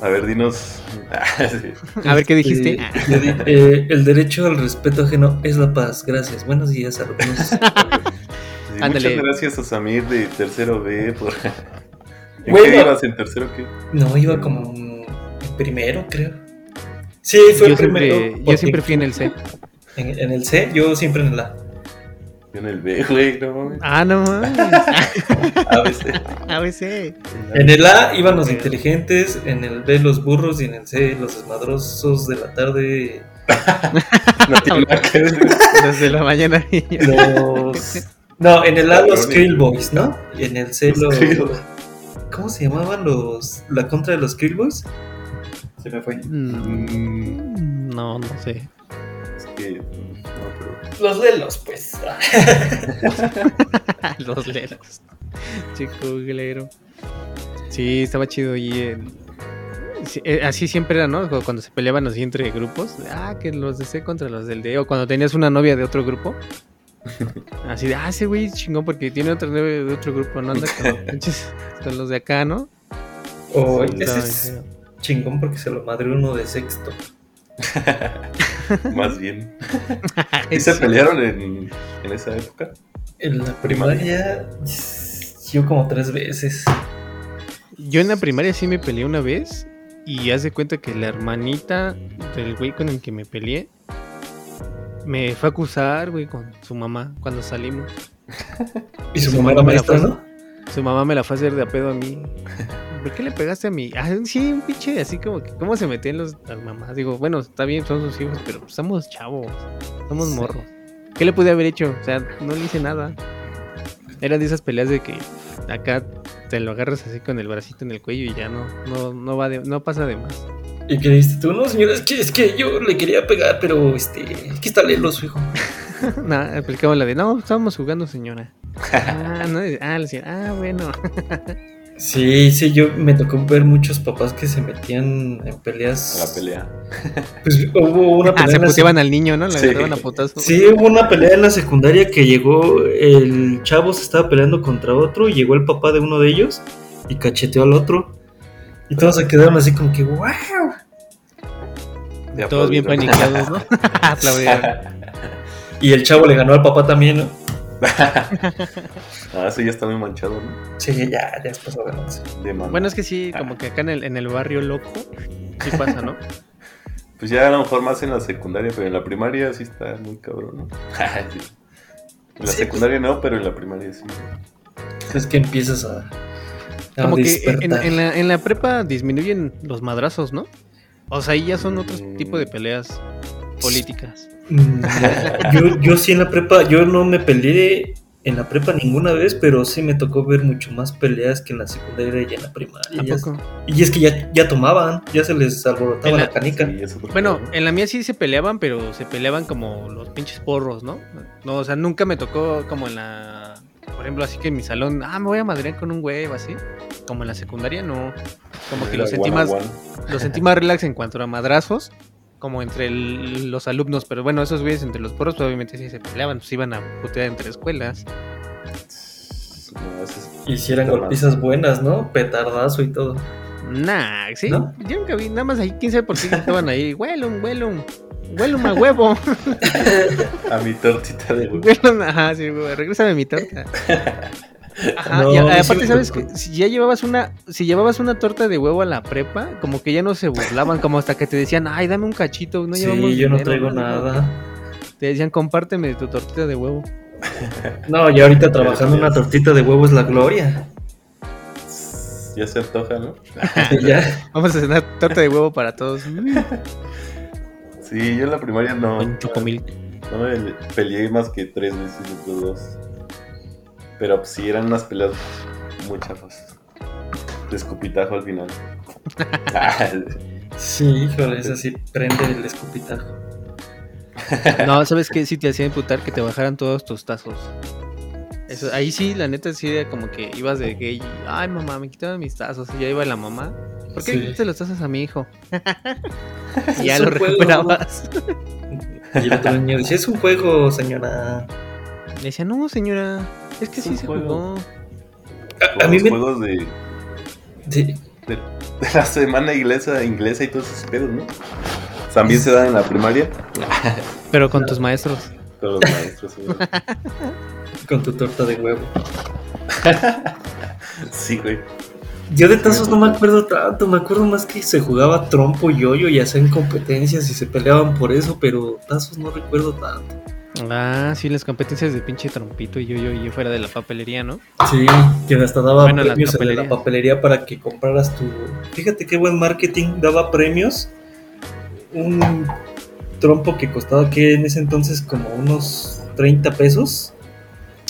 B: A ver, dinos. Ah, sí.
A: A ver qué
C: Este,
A: dijiste. Ah,
C: yo di- eh, el derecho al respeto ajeno es la paz. Gracias. Buenos días, alumnos.
B: Sí,
A: Ándale.
B: muchas gracias a Samir de tercero B por. ¿En
C: Bueno.
B: qué ibas en tercero qué?
C: No, iba como en primero, creo. Sí, fue
A: Yo
C: el primero.
A: siempre, yo
C: porque
A: siempre Ah. fui en el C.
C: en, en el C, yo siempre en el A.
B: Yo en el B, güey, no mames.
A: Ah, no mames. Ah,
B: A veces.
A: A veces.
C: En el A iban los inteligentes, en el B los burros y en el C los desmadrosos de la tarde,
B: No tiene nada que ver.
A: Desde la mañana. niño.
C: los... No, en el A los Krillboys, ¿no? Y en el C los... ¿Cómo se llamaban los... la contra de los Krillboys? Se me fue.
A: Mm,
B: Mm,
A: No, no sé.
B: Es que. No, pero.
C: Los Lelos, pues. Ah.
A: Los leros. Chico glero. Sí, estaba chido y eh, sí, eh, así siempre era, ¿no? Cu- Cuando se peleaban así entre grupos. Ah, que los de C contra los del D. O cuando tenías una novia de otro grupo. Así de, ah, ese güey es chingón porque tiene otra novia de otro grupo. No anda con, los pinches- con los de acá, ¿no?
B: Sí,
C: O Oh, ese
A: Estaba
C: es
A: chido.
C: chingón porque se lo madre uno de sexto.
B: Más bien.
A: Ay,
B: ¿Y se
A: sí.
B: pelearon en, en esa época?
C: En la primaria, yo como tres veces.
A: Yo en la primaria sí me peleé una vez y haz de cuenta que la hermanita del güey con el que me peleé me fue a acusar, güey, con su mamá cuando salimos.
C: Y su mamá era
A: me la
C: maestra,
A: fue-
C: ¿no?
A: Su mamá me la fue a hacer de a pedo a mí. ¿Por qué le pegaste a mí? Ah, sí, un pinche, así como que, ¿cómo se metían los, las mamás? Digo, bueno, está bien, son sus hijos, pero pues, somos chavos, somos
C: Sí.
A: morros. ¿Qué le pude haber hecho? O sea, no le hice nada. Era de esas peleas de que acá te lo agarras así con el bracito en el cuello y ya no, no, no va de, no pasa de más.
C: ¿Y qué dijiste tú? No, señora, es que, es que yo le quería pegar, pero este, aquí está Lelos, hijo.
A: Nah, aplicamos la de, no, estábamos jugando, señora. Ah, no, ah, la señora, ah, bueno.
C: Sí, sí, yo me tocó ver muchos papás que se metían en
B: A
C: peleas.
B: la pelea.
C: Pues hubo una
A: Ah,
C: pelea.
A: se
C: en la
A: puteaban al niño, ¿no? Le
B: Sí.
A: agarraban a putazo.
C: sec- Sí, hubo una pelea en la secundaria que llegó, el chavo se estaba peleando contra otro y llegó el papá de uno de ellos y cacheteó al otro. Y todos se quedaron así como que, wow.
B: Te
A: Todos bien
B: aplaudieron.
A: paniqueados, ¿no? Aplaudieron.
C: Y el chavo le ganó al papá también, ¿no?
B: Ah, eso ya está muy manchado, ¿no?
C: Sí, ya, ya es pasado de lanza.
B: De mano.
A: Bueno, es que sí, como que acá en el, en el barrio loco, sí pasa, ¿no?
B: Pues ya a lo mejor más en la secundaria, pero en la primaria sí está muy cabrón, ¿no? Sí. En la
C: Sí,
B: secundaria no, pero en la primaria sí.
C: Es que empiezas a. a
A: Como que
C: despertar.
A: en, en la, en la prepa disminuyen los madrazos, ¿no? O sea, ahí ya son otro
B: Mm.
A: tipo de peleas políticas.
C: Mm, yo, yo sí en la prepa, yo no me peleé en la prepa ninguna vez, pero sí me tocó ver mucho más peleas que en la secundaria y en la primaria.
A: ¿A
C: Y ya-
A: poco?
C: Y es que ya, ya tomaban, ya se les alborotaba
A: En
C: la,
A: la-
C: canica.
B: Sí, es otro
A: Bueno, eh,
B: pedo, ¿no?
A: en la mía sí se peleaban, pero se peleaban como los pinches porros, ¿no? No, o sea, nunca me tocó como en la. Por ejemplo, así que en mi salón, ah, me voy a madrear con un güey o así. Como en la secundaria, no. Como que
B: Era
A: lo sentí,
B: one on
A: más,
B: one.
A: lo sentí más relax en cuanto a madrazos, como entre el- los alumnos. Pero bueno, esos güeyes entre los porros, pues, obviamente sí se peleaban, pues iban a putear entre escuelas.
B: No, eso es-
C: Hicieran
B: Tomaban.
C: golpizas buenas, ¿no? Petardazo y todo.
A: Nah, sí,
C: ¿No?
A: yo nunca vi, nada más ahí, quién sabe por qué estaban ahí, huelum, huelum, huelum a huevo.
B: A mi tortita de huevo.
A: Bueno, ajá, sí, güey, regrésame mi torta. Ajá,
C: No,
A: y a-
C: a mí sí
A: aparte,
C: me
A: ¿sabes
C: tocó.
A: qué? Si ya llevabas una, si llevabas una torta de huevo a la prepa, como que ya no se burlaban, como hasta que te decían, ay, dame un cachito, no
C: sí, yo
A: llevamos
C: no
A: dinero",
C: traigo
A: ¿no?
C: nada.
A: Te decían, compárteme de tu tortita de huevo.
C: No, y ahorita trabajando una tortita de huevo es la gloria.
B: Ya se antoja, ¿no?
C: ya.
A: Vamos a cenar torta de huevo para todos. Mm,
B: Sí, yo en la primaria no,
A: Con chocomil.
B: no me peleé más que tres veces entre dos. Pero pues, sí, eran unas peleas muy chafas. De escupitajo al final. Ah,
C: Sí, híjole, es así, prende el escupitajo.
A: No, ¿sabes qué? Sí te hacía imputar que te bajaran todos tus tazos. Eso, ahí sí, la neta, sí era como que ibas de gay y, ay, mamá, me quitaron mis tazos. Y ya iba la mamá. ¿Por qué
C: Sí.
A: le quitaste los tazos a mi hijo? Y ya
C: Es
A: lo
C: un juego.
A: recuperabas.
C: Y el otro niño decía, es un juego, señora.
A: Le decía, no, señora, es que
B: Es
A: sí
B: un
A: se
B: juego".
A: jugó.
C: A, a
B: Como
C: mí
B: los
C: me...
B: juegos de,
C: sí,
B: de la semana inglesa, inglesa y todos esos pedos, ¿no? También se dan en la primaria
A: Pero con tus maestros.
B: con los maestros. güey.
C: con tu torta de huevo.
B: Sí, güey.
C: Yo de tazos no me acuerdo tanto, me acuerdo más que se jugaba trompo y hoyo y hacían competencias y se peleaban por eso, pero tazos no recuerdo tanto.
A: Ah, sí, las competencias de pinche trompito y yo, yo, y yo fuera de la papelería, ¿no?
C: Sí, que hasta daba
A: Bueno, las
C: premios en la
A: papelerías.
C: papelería para que compraras tu... Fíjate qué buen marketing, daba premios. Un trompo que costaba que en ese entonces como unos 30 pesos.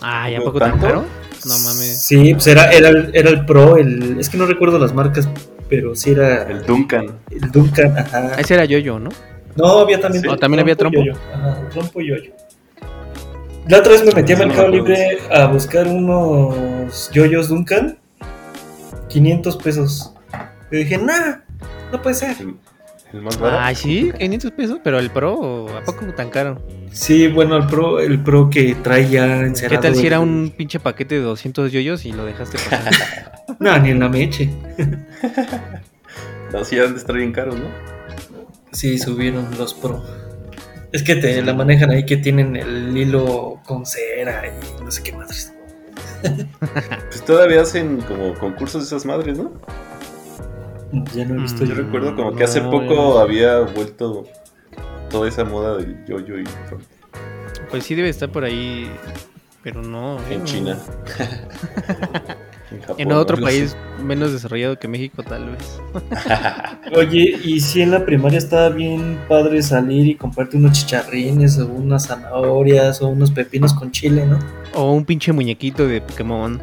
A: Ah, ¿ya
B: ¿No
A: poco tan
B: tanto?
A: caro? No mames.
C: Sí, pues era, era, el, era el pro, el... Es que no recuerdo las marcas, pero sí era
B: El Duncan.
C: el Duncan, ajá.
A: Ese era yo, yo, ¿no?
C: No, había también.
B: Sí.
A: ¿O también había trompo?
C: y hoyo. Ajá, trompo y hoyo. La otra vez me metí a
B: Sí,
C: Mercado
B: me acuerdo.
C: Libre a buscar unos yoyos Duncan. 500 pesos. Y dije, nah, no puede ser.
B: El, el más barato.
A: Ah, sí, 500 pesos, pero el pro, ¿o ¿a poco tan caro?
C: Sí, bueno, el pro, el pro que trae ya
A: ¿Qué
C: encerrado.
A: tal si
C: el-
A: era un pinche paquete de 200 yoyos y lo dejaste pasar?
C: No, ni en la meche.
B: No, sí, han de estar bien caros, ¿no?
C: Sí, subieron los pro. Es que te la manejan ahí que tienen el hilo con cera y no sé qué madres.
B: Pues todavía hacen como concursos de esas madres, ¿no?
C: Ya no he visto
A: Mm.
B: Yo
C: yo.
B: recuerdo como que
A: No,
B: hace poco había vuelto toda esa moda del yo-yo y
A: pues sí debe estar por ahí, pero no. eh,
B: en
A: no.
B: China. en Japón,
A: Mm. En otro
B: ¿no?
A: país menos desarrollado que México, tal vez.
C: Oye, y si en la primaria estaba bien padre salir y comprarte unos chicharrines o unas zanahorias o unos pepinos con chile, ¿no?
A: O un pinche muñequito de Pokémon.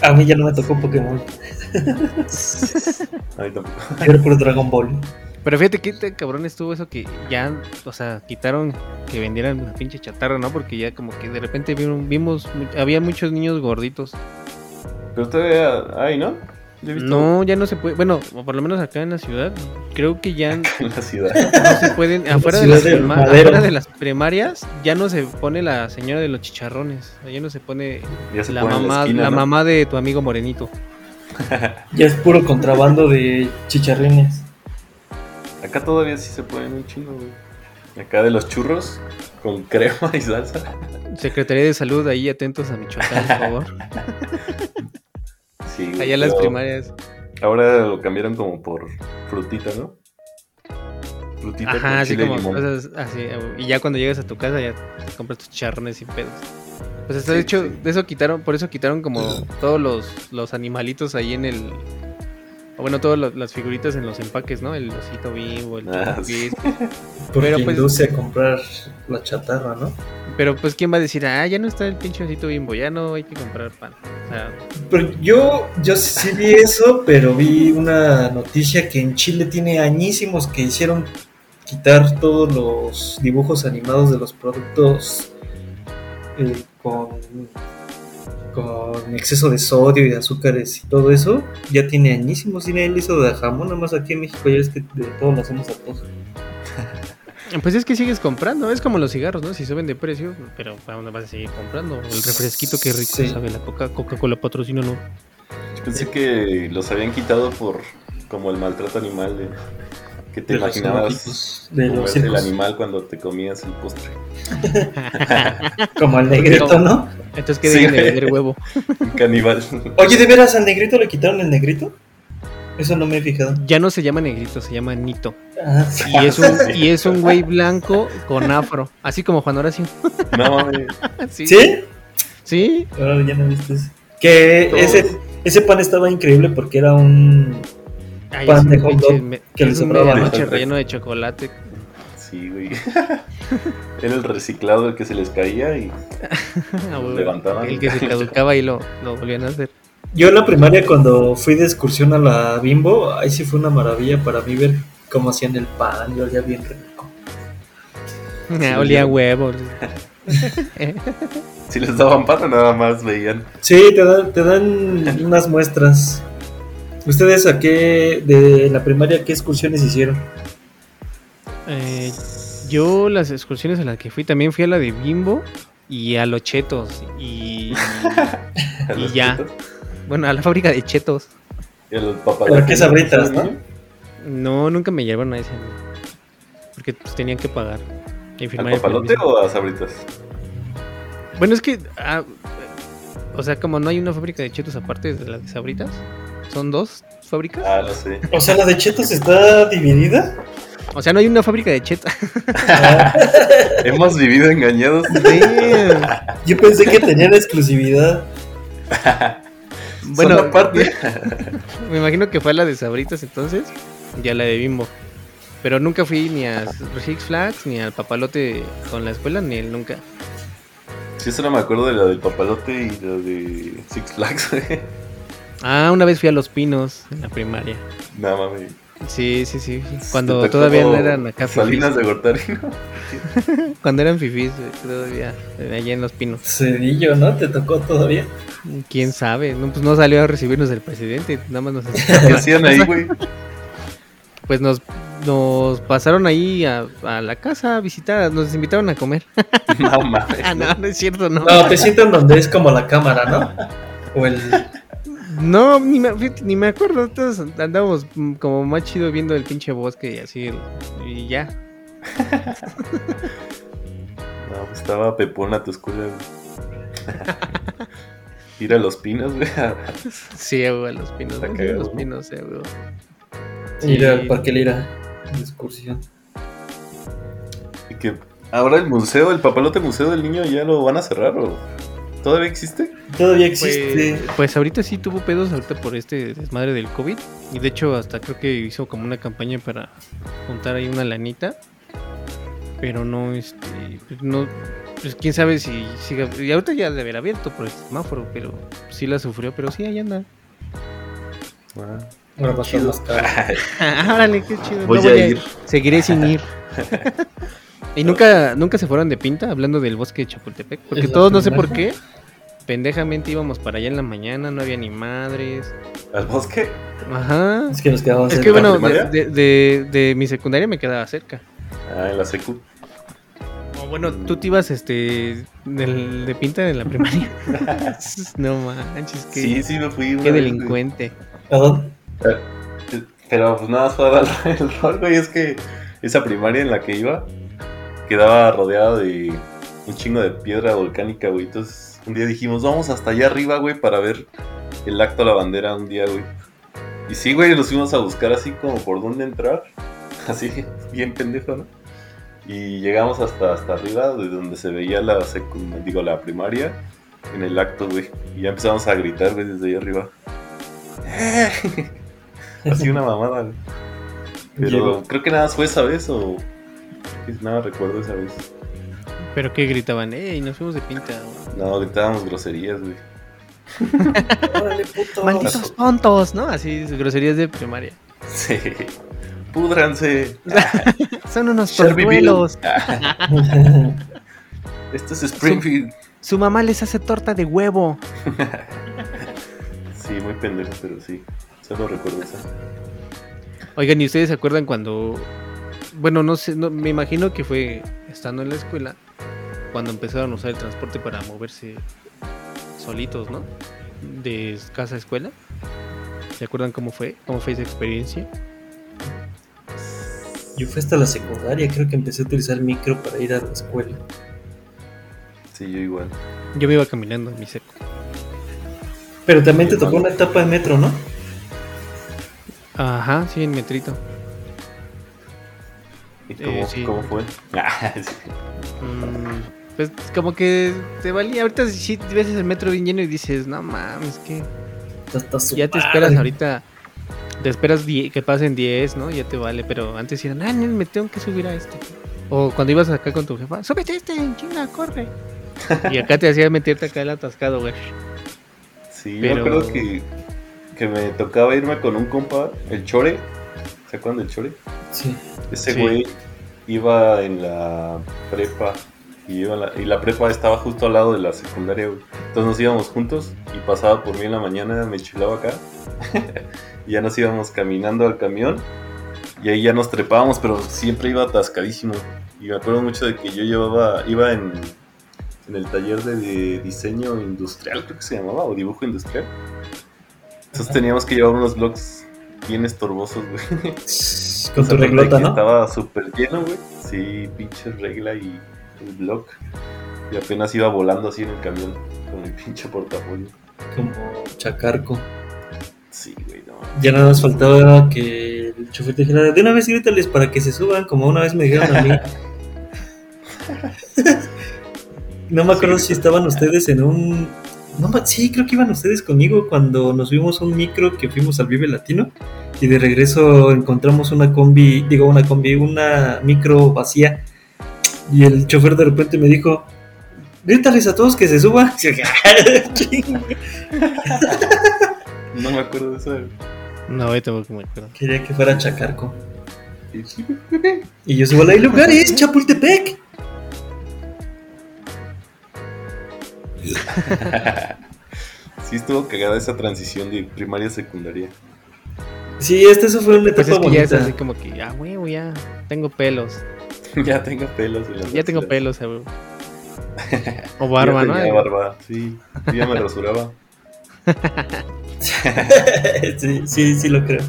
C: A mí ya no me tocó Pokémon,
B: Ay, tampoco.
C: yo era por Dragon Ball.
A: Pero fíjate qué tan cabrón estuvo eso que ya, o sea, quitaron que vendieran la pinche chatarra, ¿no? Porque ya como que de repente vieron- vimos, mu- había muchos niños gorditos.
B: Pero todavía hay, ¿no? Yo he visto
A: No, ya no se puede, bueno, o por lo menos acá en la ciudad, creo que ya no
B: en la ciudad.
A: se pueden,
C: la
A: afuera de,
C: ciudad
A: las
C: del
A: prima-
C: madero.
A: afuera de las primarias, ya no se pone la señora de los chicharrones, ya no se pone
B: Ya se
A: la
B: pone en
A: mamá,
B: esquina,
A: la
B: ¿no?
A: mamá de tu amigo morenito.
C: Ya es puro contrabando de chicharrines.
B: Acá todavía sí se ponen un chingo, güey. Acá de los churros con crema y salsa.
A: Secretaría de Salud, ahí atentos a Michoacán, por favor.
B: Sí, güey,
A: Allá las
B: pero
A: primarias.
B: Ahora lo cambiaron como por frutita, ¿no? Frutita con
A: Ajá, así
B: chile y
A: como
B: limón.
A: cosas así. eh, Y ya cuando llegas a tu casa ya te compras tus charrones sin pedos. Pues hasta de
B: Sí,
A: hecho,
B: sí.
A: de eso quitaron, por eso quitaron como todos los, los animalitos ahí en el. o Bueno, todas las- las figuritas en los empaques, ¿no? El osito vivo, el
B: Ah,
A: Topo
B: sí.
A: Gris.
C: Porque
A: Pero pues-
C: induce a comprar la chatarra, ¿no?
A: Pero pues, ¿quién va a decir, ah, ya no está el pinche osito bimbo, ya no hay que comprar pan? O sea,
C: Pero yo, yo sí vi eso, pero vi una noticia que en Chile tiene añísimos que hicieron quitar todos los dibujos animados de los productos eh, con, con exceso de sodio y de azúcares y todo eso. Ya tiene añísimos, tiene el hizo de jamón, nada más aquí en México ya es que de todo lo hacemos a todos.
A: pues es que sigues comprando, es como los cigarros, ¿no? Si suben de precio, pero ¿para dónde vas a seguir comprando? El refresquito, qué rico
C: Sí.
A: sabe la Coca- Coca-Cola, patrocina, ¿no?
B: Yo pensé que los habían quitado por como el maltrato animal de que te
C: De los
B: imaginabas
C: zoológicos, de
B: como
C: los
B: es el
C: circos,
B: animal cuando te comías el postre.
C: como al negrito,
A: Como-
C: ¿no?
A: Entonces que
B: Sí,
A: dejen de
B: güey.
A: vender huevo.
B: Un caníbal.
C: Oye, ¿de veras al negrito le quitaron el negrito? Eso no me he fijado.
A: Ya no se llama negrito, se llama nito.
C: Ah, sí.
A: Y es un, y es un güey blanco con afro. Así como Juan Horacio. Ah,
B: No mames.
A: Sí.
C: ¿Sí?
A: Sí.
C: Ahora ya no viste eso. Que
B: Todos.
C: ese, ese pan estaba increíble porque era un.
A: Ay,
C: Pan
A: es un
C: de hot
A: pinche
C: dog
A: me-
C: que le
A: es un
C: sobraba,
B: ¿no?
A: medianoche relleno de chocolate.
B: Sí, güey. Era el reciclado el que se les caía y
A: Ah, güey.
B: levantaban.
A: El que se caducaba y lo, lo volvían a hacer.
C: Yo en la primaria, cuando fui de excursión a la Bimbo, ahí sí fue una maravilla para mí ver cómo hacían el pan. Yo olía bien rico.
A: Ah, olía a huevo.
B: si les daban pata nada más veían.
C: Sí, te dan, te dan unas muestras. ¿Ustedes a qué, de la primaria, qué excursiones hicieron?
A: Eh, yo las excursiones a las que fui también fui a la de Bimbo y a los chetos. Y
B: a los
A: ya.
B: chetos
A: bueno, a la fábrica de chetos.
B: Y a los papayas.
C: Pero qué sabritas, ¿no?
A: No, nunca me llevaron a ese. Porque pues, tenían que pagar. Y firmar
B: ¿Al
A: el
B: papalote
A: permiso.
B: o a sabritas?
A: Bueno, es que. ah, o sea, como no hay una fábrica de chetos aparte de las de Sabritas, son dos fábricas.
B: Ah, no sé.
C: O sea, la de Chetos está dividida.
A: O sea, no hay una fábrica de chetos.
C: Ah,
B: Hemos vivido engañados.
C: yo pensé que tenía la exclusividad.
A: bueno,
B: Son aparte.
A: me imagino que fue a la de Sabritas entonces, ya la de Bimbo. Pero nunca fui ni a Six Flags, ni al papalote con la escuela, ni él nunca.
B: Yo solo me acuerdo de la del papalote y la de Six Flags, güey.
A: Ah, una vez fui a Los Pinos en la primaria.
B: No mames.
A: Sí, sí, sí. sí.
B: Te
A: Cuando
B: tocó
A: todavía no eran acá fifís.
B: Salinas de Gortari.
A: Cuando eran fifís, eh, todavía, eh, allá en Los Pinos.
C: Cedillo, ¿no? ¿Te tocó todavía?
A: ¿Quién sabe? No, pues no salió a recibirnos el presidente, nada más nos
B: ¿Qué hacían ahí, güey?
A: Pues nos, nos pasaron ahí a, a la casa a visitar, nos invitaron a comer.
B: No mames.
A: Ah, no, no es cierto, no.
C: No, te sientan donde es como la cámara, ¿no? O el.
A: No, ni me, fíjate, ni me acuerdo, todos andábamos mm, como más chido viendo el pinche bosque y así, y ya.
B: No, pues estaba pepón a tu escuela, güey. Ir a los pinos, güey.
A: Sí, güey, a los pinos,
B: Está
A: ¿no? Sí,
B: cagado,
A: los
B: ¿no?
A: pinos, eh, güey.
C: Ir al
A: Sí.
C: Parque Lira. de excursión.
B: Y que ahora el museo, el papalote museo del niño, ya lo van a cerrar o todavía existe.
C: Todavía
A: Pues,
C: existe.
A: pues ahorita sí tuvo pedos ahorita por este desmadre del COVID. Y de hecho hasta creo que hizo como una campaña para juntar ahí una lanita. Pero no, este, pues no, pues quién sabe si siga. Y ahorita ya de haber abierto por el semáforo, pero sí la sufrió, pero sí ahí anda.
B: Ah,
C: Ahora va a estar más caro.
A: Árale, qué chido.
B: Voy
A: no
B: a ir.
A: Seguiré sin ir. y nunca, nunca se fueron de pinta hablando del bosque de Chapultepec. Porque
C: Es la
A: todos no sé por qué.
C: primera.
A: Pendejamente íbamos para allá en la mañana, no había ni madres.
B: ¿Al bosque?
A: Ajá.
C: Es que nos quedamos.
A: Es
C: en
A: que
C: la-
A: bueno, de,
B: primaria?
A: de- de- de mi secundaria me quedaba cerca.
B: Ah, en la secu.
A: O bueno, tú te ibas este del- de pinta de la primaria. no manches, qué,
B: Sí, sí me fui. una
A: qué
B: vez, güey.
A: delincuente.
C: ¿A dónde?
B: Pero pues nada, más para darle el rol, güey, es que esa primaria en la que iba quedaba rodeada de un chingo de piedra volcánica, güey. Entonces un día dijimos, vamos hasta allá arriba, güey, para ver el acto a la bandera un día, güey. Y sí, güey, nos fuimos a buscar así como por dónde entrar. Así, bien pendejo, ¿no? Y llegamos hasta, hasta arriba, de donde se veía la secund- digo, la primaria, en el acto, güey. Y ya empezamos a gritar, güey, desde ahí arriba. ¡Eh! Así una mamada, güey. Pero
C: Llegó.
B: creo que nada más fue esa vez o... Nada recuerdo esa vez.
A: Pero que gritaban, ¡ey! Nos fuimos de pinta. güey".
B: No, gritábamos groserías, güey.
C: Órale, puto.
A: Malditos tontos, ¿no? Así, groserías de primaria.
B: Sí. Pudranse.
A: Son unos
B: Shelbyville.
A: tortuelos.
B: Ah, Esto es Springfield.
A: Su mamá les hace torta de huevo.
B: Sí, muy pendejo, pero sí. Solo recuerdo esa.
A: Oigan, ¿y ustedes se acuerdan cuando... Bueno, no sé, no- me imagino que fue estando en la escuela cuando empezaron a usar el transporte para moverse solitos, ¿no? De casa a escuela. ¿Se acuerdan cómo fue? ¿Cómo fue esa experiencia?
C: Yo fui hasta la secundaria, creo que empecé a utilizar micro para ir a la escuela.
B: Sí, yo igual.
A: Yo me iba caminando en mi seco.
C: Pero también te tocó una etapa de metro, ¿no?
A: Ajá, sí, en metrito.
B: ¿Y
A: Eh,
B: cómo,
A: sí.
B: cómo fue? Ah, sí.
A: Mm, pues como que te valía. Ahorita sí ves el metro bien lleno y dices, no mames, que...
C: Hasta su
A: Ya te
C: madre.
A: esperas ahorita. Te esperas die- que pasen 10, ¿no? Ya te vale, pero antes eran, ah, no, me tengo que subir a este. O cuando ibas acá con tu jefa, súbete a este, chinga, corre. Y acá te hacía meterte acá el atascado, güey.
B: Sí,
A: Pero-
B: yo creo que, que me tocaba irme con un compa, el Chore. ¿Se acuerdan del Chore?
C: Sí.
B: Ese
A: Sí.
B: güey iba en la prepa. Y, iba en la, y la prepa estaba justo al lado de la secundaria, güey. Entonces nos íbamos juntos y pasaba por mí en la mañana, me chulaba acá. y ya nos íbamos caminando al camión. Y ahí ya nos trepábamos, pero siempre iba atascadísimo. Y me acuerdo mucho de que yo llevaba, iba en, en el taller de, de diseño industrial, creo que se llamaba, o dibujo industrial. Entonces teníamos que llevar unos blogs bien estorbosos, güey.
C: Con
B: Aparte
C: tu
B: de
C: reglota,
B: que
C: ¿no?
B: Estaba súper lleno, güey. Sí, pinche regla y el blog. Y apenas iba volando así en el camión con el pinche portafolio.
C: Como chacarco.
B: Sí, güey, no.
C: Ya nada más faltaba que el chofer te dijera, de una vez grítales para que se suban, como una vez me dijeron a mí. no me acuerdo
B: Sí.
C: si estaban ustedes en un... No, ma- sí, creo que iban ustedes conmigo cuando nos vimos un micro que fuimos al Vive Latino y de regreso encontramos una combi, digo una combi, una micro vacía y el chofer de repente me dijo, grítales a todos que se suban.
B: No me acuerdo de eso. güey.
A: No, güey, tampoco me acuerdo.
C: Quería que fuera Chacarco.
B: Y sí,
C: Y yo subo, hay lugares, Chapultepec.
B: Sí, estuvo cagada esa transición de primaria a secundaria.
C: Sí, este eso fue una
A: Pues
C: etapa
A: es que ya es
C: bonita.
A: así como que, ah, güey, güey, ya tengo pelos.
B: ya tengo pelos. en las
A: Ya tengo
B: axilas.
A: pelos, güey. O barba,
B: ya
A: ¿no?
B: tenía barba, sí. Yo ya me rasuraba.
C: sí, sí, sí lo creo.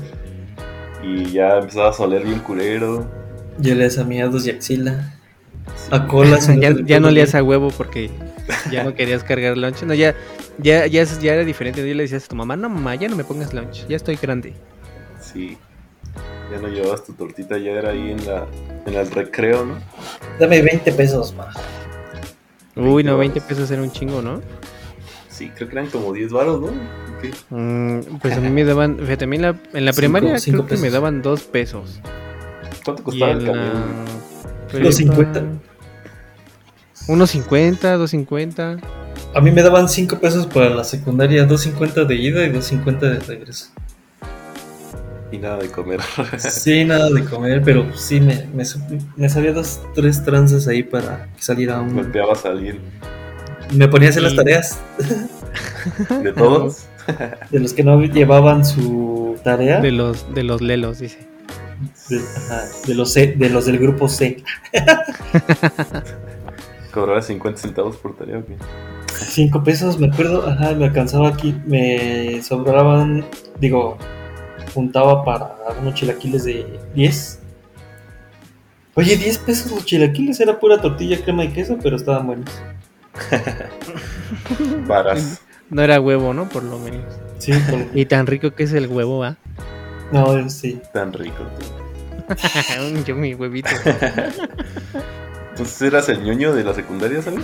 B: Y ya empezaba a soler bien culero.
C: Lleles a miados y axila.
B: Sí.
C: A colas.
A: ya, ya no leías a huevo porque ya no querías cargar lunch. No, ya, ya, ya, es- ya era diferente. Ya le decías a tu mamá, no, mamá, ya no me pongas lunch. Ya estoy grande.
B: Sí. Ya no llevabas tu tortita, ya era ahí en la en el recreo, ¿no?
C: Dame 20 pesos más.
A: Uy, no,
B: 20
A: 20 pesos era un chingo, ¿no?
B: Sí, creo que eran como 10 varos, ¿no? ¿O qué?
A: Mm, pues a mí me daban, fíjate, a mí en la, en la
C: Cinco-
A: primaria
C: cinco
A: creo que me
C: pesos.
A: daban dos pesos.
B: ¿Cuánto
A: Y
B: costaba el
A: en la
B: camión?
A: prepa,
C: ¿Los 50?
A: Unos 50, 250.
C: A mí me daban 5 pesos para la secundaria, 2.50 de ida y 2.50 de regreso.
B: Y nada de comer.
C: Sí, nada de comer, pero sí me, me, su- me sabía dos, tres tranzas ahí para salir a un.
B: Golpeabas a alguien.
C: Me ponía a hacer las
A: Y-
C: tareas
B: ¿De todos?
C: de los que no llevaban su tarea.
A: De los, de los lelos, dice.
C: De, ajá, de los C- de los del grupo C.
B: Cobrabas 50 centavos por tarea, ¿o qué?
C: Cinco pesos, me acuerdo, ajá, me alcanzaba aquí, me sobraban, digo, juntaba para unos chilaquiles de 10. Oye, 10 pesos los chilaquiles, era pura tortilla, crema y queso, pero estaban buenos.
B: Varas.
A: No era huevo, ¿no? Por lo menos.
C: Sí, con-
A: Y tan rico que es el huevo, ¿ah?
C: no, este, sí.
B: Tan rico. tú.
A: Ah, Yo mi huevito.
B: Entonces Pues, eras el ñoño de la secundaria, ¿sabes?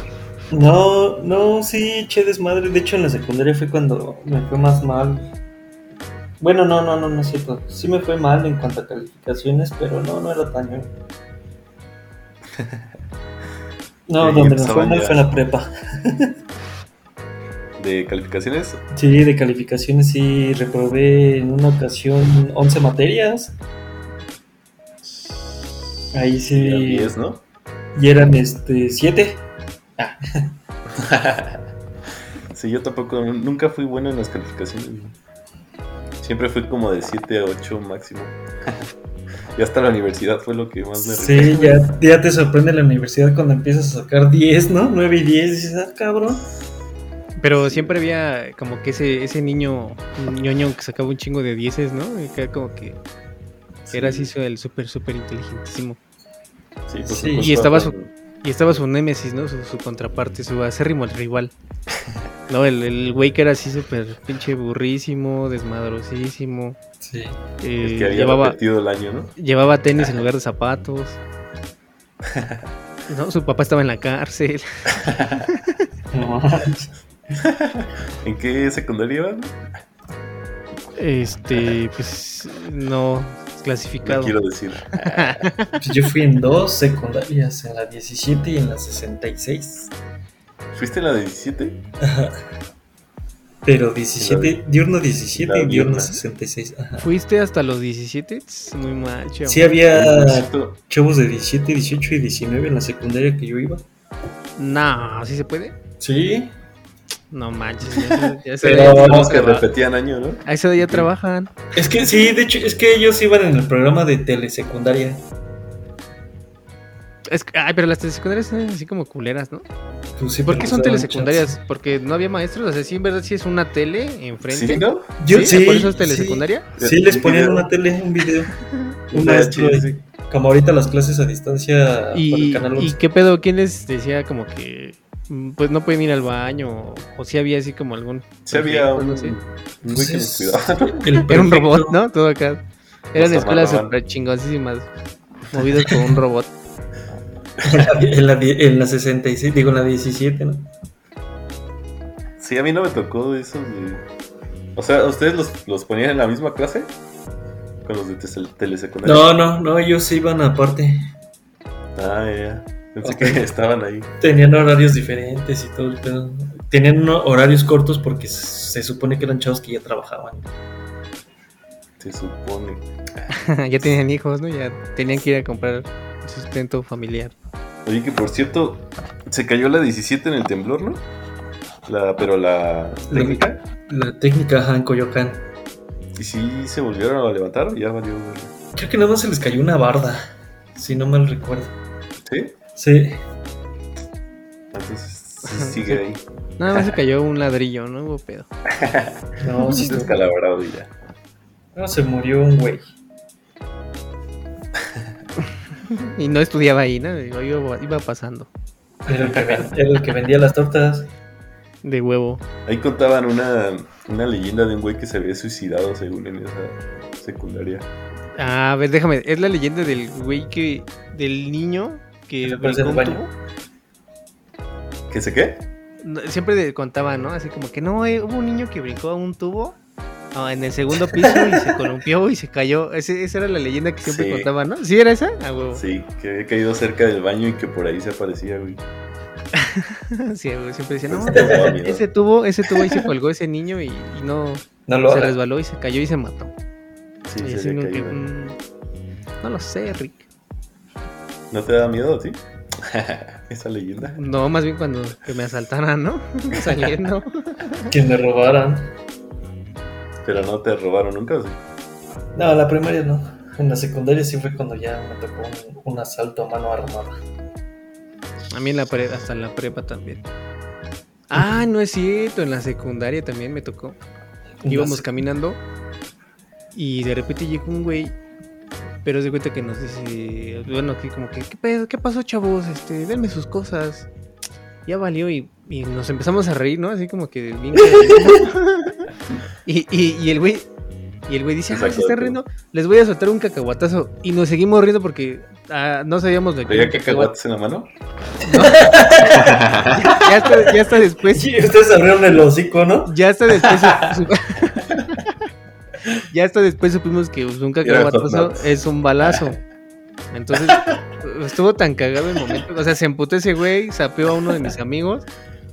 C: No, no, sí, che desmadre. De hecho, en la secundaria fue cuando me fue más mal. Bueno, no, no, no, no es cierto. Sí me fue mal en cuanto a calificaciones, pero no, no era tan. ñoño. No,
B: Sí,
C: donde me
B: empezaban
C: fue mal
B: ya.
C: fue en la prepa.
B: De calificaciones.
C: Sí, de calificaciones sí reprobé en una ocasión 11 materias. Ahí sí.
B: eran 10, ¿no?
C: Y eran este 7.
B: Sí, yo tampoco, nunca fui bueno en las calificaciones. ¿no? Siempre fui como de 7 a 8 máximo. y hasta la universidad fue lo que más me recuerdo.
C: Sí, ya, ya te sorprende la universidad cuando empiezas a sacar 10, ¿no? 9 y 10, dices, ah, cabrón.
A: Pero siempre había como que ese, ese niño ñoño que sacaba un chingo de dieces, ¿no? Y que era como que era así su- el súper, súper inteligentísimo.
B: Sí, por
C: Sí,
B: supuesto,
A: y estaba
B: cuando-
A: Y estaba su némesis, ¿no? Su, su contraparte, su acérrimo rival. No, el el güey que era así súper pinche burrísimo, desmadrosísimo.
C: Sí.
A: eh,
B: el que había
A: llevaba,
B: repetido el año, ¿no?
A: llevaba tenis en lugar de zapatos. No, su papá estaba en la cárcel.
C: No,
B: ¿En qué secundaria iban?
A: Este, pues no,
B: No
A: clasificado.
B: quiero decir.
C: pues yo fui en dos secundarias, en la 17 y en la 66.
B: ¿Fuiste la de 17?
C: Ajá. Pero 17, diurno 17
B: la
C: y diurno
B: diurna.
C: 66. Ajá.
A: ¿Fuiste hasta los 17? Tss, Muy macho.
C: Sí, había
B: Pobrecito.
C: chavos de 17, 18 y 19 en la secundaria que yo iba.
A: No, ¿sí se puede?
C: Sí.
A: No manches. ya- ya se-
C: Pero-
A: ya
B: Los que
A: traba-
B: repetían año, ¿no?
A: A esa edad ya trabajan.
C: Es que sí, de hecho, es que ellos iban en el programa de telesecundaria.
A: Es que- ay, pero las telesecundarias eran así como culeras, ¿no?
C: Pues sí,
A: ¿Por
C: pero
A: qué
C: nos
A: son
C: daban
A: telesecundarias? Porque no había maestros. O sea, sí, en verdad, sí es una tele enfrente.
B: ¿Sí, no?
C: chance. Yo, sí,
A: ¿Por eso es
C: sí.
A: telesecundaria?
C: Sí, les
B: Un
C: ponían
B: video.
C: una tele, un video. Un
B: Un
C: maestro
B: VHS.
C: ahí, Como ahorita las clases a distancia Ah, por el
A: ¿Y,
C: canal
A: ¿Y
C: 11.
A: qué pedo? ¿Quién les decía como que mm, pues no pueden ir al baño? ¿O, o si había así como algún...
B: Sí, había
A: algo
B: un,
A: así?
B: un güey que nos
C: Entonces,
B: cuidaba.
C: el
A: Era un
C: perfecto-
A: robot, ¿no? Todo acá. Eran
B: Nos
A: escuelas
B: amarraban.
A: súper chingosísimas. Movidas por un robot.
C: En la, die- en la 66, digo en la 17, ¿no?
B: Sí, a mí no me tocó eso. de- O sea, ¿ustedes los, los ponían en la misma clase? Con los de tes- telesecundaria.
C: No, no, no, ellos iban aparte.
B: Ah, ya. Pensé
C: Ok.
B: que estaban ahí.
C: Tenían horarios diferentes y todo el pedo. Tenían uno- horarios cortos porque se supone que eran chavos que ya trabajaban.
B: Se supone.
A: ya tenían hijos, ¿no? Ya tenían que ir a comprar sustento familiar.
B: Oye, que por cierto, se cayó la 17 en el temblor, ¿no? La, pero la técnica.
C: La técnica, ajá, en Coyoacán.
B: Y sí se volvieron a levantar, ya valió. verga.
C: Creo que nada más se les cayó una barda, si no mal recuerdo.
B: ¿Sí?
C: Sí,
B: Entonces sí sigue ahí.
A: Nada más se cayó un ladrillo, ¿no? Hubo pedo.
C: no, sí,
B: Sí, descalabrado y ya.
C: no, se murió un güey.
A: Y no estudiaba ahí, ¿no? Yo iba, iba pasando.
C: Era el, que ven- era el que vendía las tortas.
A: De huevo.
B: Ahí contaban una, una leyenda de un güey que se había suicidado, según en esa secundaria.
A: Ah, a ver, déjame. Es la leyenda del güey que. del niño
C: Que
A: que.
C: se aparece en el
A: brincó un
C: baño.
A: tubo.
B: ¿Qué sé qué?
A: No, Siempre de- contaban, ¿no? Así como que no, eh, hubo un niño que brincó a un tubo. ah, en el segundo piso y se columpió y se cayó. Ese- esa era la leyenda que siempre
B: Sí.
A: contaban, ¿no? ¿Sí era esa? A huevo. Sí,
B: Sí, que había caído cerca del baño y que por ahí se aparecía, güey.
A: a huevo, Siempre decían, no,
B: Entonces, te daba miedo.
A: Ese tubo, ese tubo ahí se colgó ese niño y, y no
C: No lo
A: se
C: hagas.
A: resbaló y se cayó y se mató.
B: Sí,
A: Y
B: se
A: así
B: había
A: como que,
B: caído.
A: mm, no lo sé, Rick.
B: ¿No te da miedo a ti? Esa leyenda.
A: No, más bien cuando que me asaltaran, ¿no? Saliendo.
C: Que me robaran.
B: Pero no te robaron nunca, ¿o sí?
C: No, la primaria no. En la secundaria sí fue cuando ya me tocó un, un asalto a mano armada.
A: A mí en la pre- hasta en la prepa también. Ah, no es cierto, en la secundaria también me tocó. Íbamos caminando y de repente llegó un güey, pero se cuenta que nos dice, bueno, que como que, ¿qué, pedo? ¿Qué pasó, chavos? Este, denme sus cosas. Ya valió y, y nos empezamos a reír, ¿no? Así como que bien. y, y, y el güey y el güey dice, ah, se están riendo, les voy a soltar un cacahuatazo. Y nos seguimos riendo porque ah, no sabíamos de
B: ¿Traía cacahuates en la mano?
A: No. ya, ya hasta, ya hasta después.
C: Sí, ustedes abrieron el hocico, ¿no?
A: Ya hasta después. su- su- ya hasta después supimos que pues, un cacahuatazo
B: nuts.
A: es un balazo. Entonces, estuvo tan cagado el momento. O sea, se emputó ese güey, sapeó a uno de mis amigos.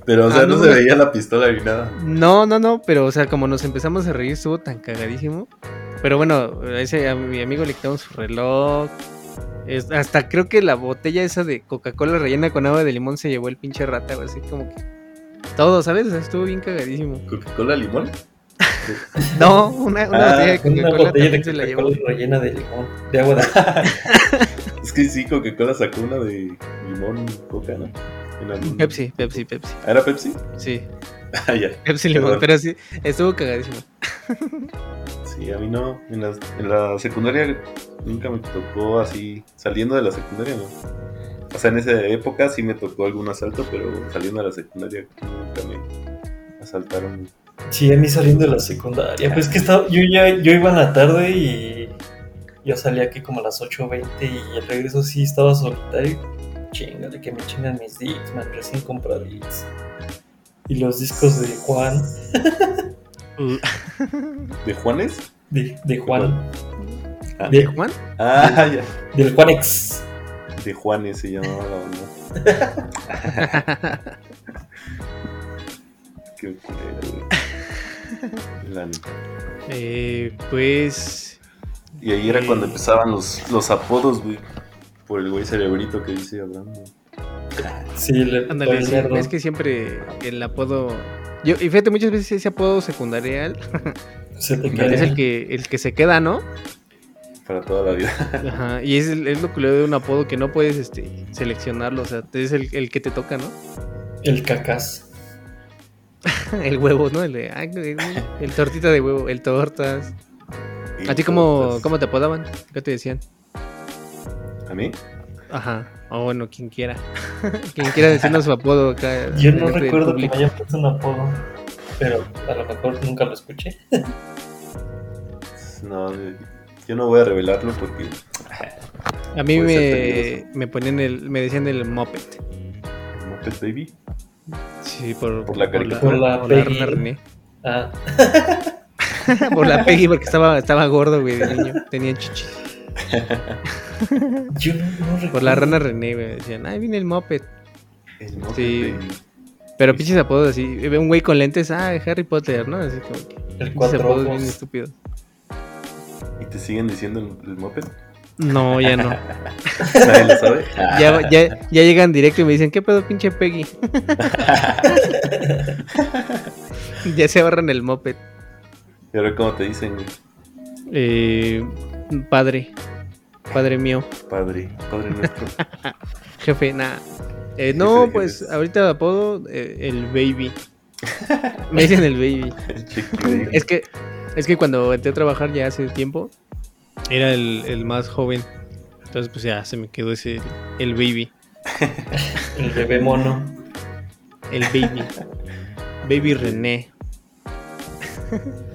B: Pero, o sea,
A: Ah,
B: no,
A: no,
B: se
A: no.
B: veía la pistola ni nada.
A: No, no, no, pero o sea, como nos empezamos a reír, estuvo tan cagadísimo. Pero bueno, a ese, a mi amigo le quitaron su reloj. Es- hasta creo que la botella esa de Coca-Cola rellena con agua de limón se llevó el pinche rata, güey, así como que. Todo, ¿sabes? O sea, estuvo bien cagadísimo.
B: ¿Coca-Cola limón?
A: No, una, una
B: Ah,
A: botella de
C: Una
A: Coca-Cola
C: botella de
A: también se la llevó.
C: Coca-Cola rellena de limón, de agua de
B: Es que sí, Coca-Cola sacó una de limón coca, ¿no? En algún-
A: Pepsi, Pepsi, Pepsi.
B: ¿Ah, ¿Era Pepsi?
A: Sí,
B: Ah, ya.
A: Pepsi limón,
B: Perdón.
A: pero sí, estuvo cagadísimo.
B: Sí, a mí no. En la, en la secundaria nunca me tocó así. Saliendo de la secundaria, no. O sea, en esa época sí me tocó algún asalto, pero saliendo de la secundaria nunca me asaltaron.
C: Sí, a mí saliendo de la secundaria. Pues que estaba, yo ya yo iba en la tarde y yo salía aquí como a las 8.20 y al regreso sí estaba solitario. Chingale, que me chingan mis discs, man, recién compraditos. Y los discos de Juan,
A: Mm,
B: ¿De Juanes?
C: de, de Juan,
B: Ah,
A: ¿De Juan?
B: Ah, ya.
C: del Juanex.
B: De Juanes se llamaba la banda. Qué culero, güey. La neta.
A: Eh, pues.
B: Y ahí era
A: Eh.
B: cuando empezaban los, los apodos, güey. Por el güey cerebrito que dice Abraham. güey.
C: Sí, le
A: Ándale,
C: el
A: sí,
C: nerdo.
A: es que siempre el apodo. Yo, y fíjate, muchas veces ese apodo secundarial
C: se te
A: es el
C: cae.
A: que, el que se queda, ¿no?
B: Para toda la vida.
A: Ajá, y es, el- es lo culero de un apodo que no puedes este, seleccionarlo, o sea, es el, el que te toca, ¿no?
C: El cacas.
A: El huevo, ¿no? El, de, ay, el, el tortita de huevo, el tortas. ¿A ti cómo, cómo te apodaban? ¿Qué te decían?
B: ¿A mí?
A: Ajá, o bueno, quien quiera. quien quiera decirnos su apodo acá.
C: Yo no
A: delante del
C: recuerdo que me
A: público.
C: hayan puesto un apodo, pero a lo mejor nunca lo escuché.
B: No, yo- yo no voy a revelarlo porque.
A: A mí
B: puede ser
A: me,
B: peligroso.
A: me ponían el, me decían el moped.
B: Muppet Baby.
A: Sí, por,
B: Por la
C: caricatura.
A: Por la,
C: Peggy.
A: René.
C: Ah,
A: Por la Peggy, porque estaba, estaba gordo, güey, de niño. Tenía chichis.
C: yo no, no recuerdo.
A: Por la rana René, güey. Decían, ahí viene el moped.
B: El Muppet
A: Sí.
B: Baby.
A: Pero pinches apodos así. Ve un güey con lentes, ah, Harry Potter, ¿no? Así como que.
C: El
A: Pinches
C: cuatro
A: apodos bien
C: ojos.
A: estúpidos.
B: ¿Y te siguen diciendo el, el Muppet?
A: No, ya no.
B: Nadie lo sabe. Ah,
A: Ya, ya, ya llegan directo y me dicen, ¿qué pedo, pinche Peggy? ya se ahorran el moped.
B: Y ahora, ¿cómo te dicen, güey?
A: Eh, padre. Padre mío.
B: Padre, Padre nuestro.
A: Jefe, nada. Eh,
B: Jefe de
A: no, pues
B: jefes.
A: ahorita apodo eh, el baby. Me dicen el baby.
B: El chiquilín.
A: Es que, es que cuando entré a trabajar ya hace tiempo, era el, el más joven. Entonces, pues ya se me quedó ese, el baby.
C: El bebé mono.
A: El baby. baby René.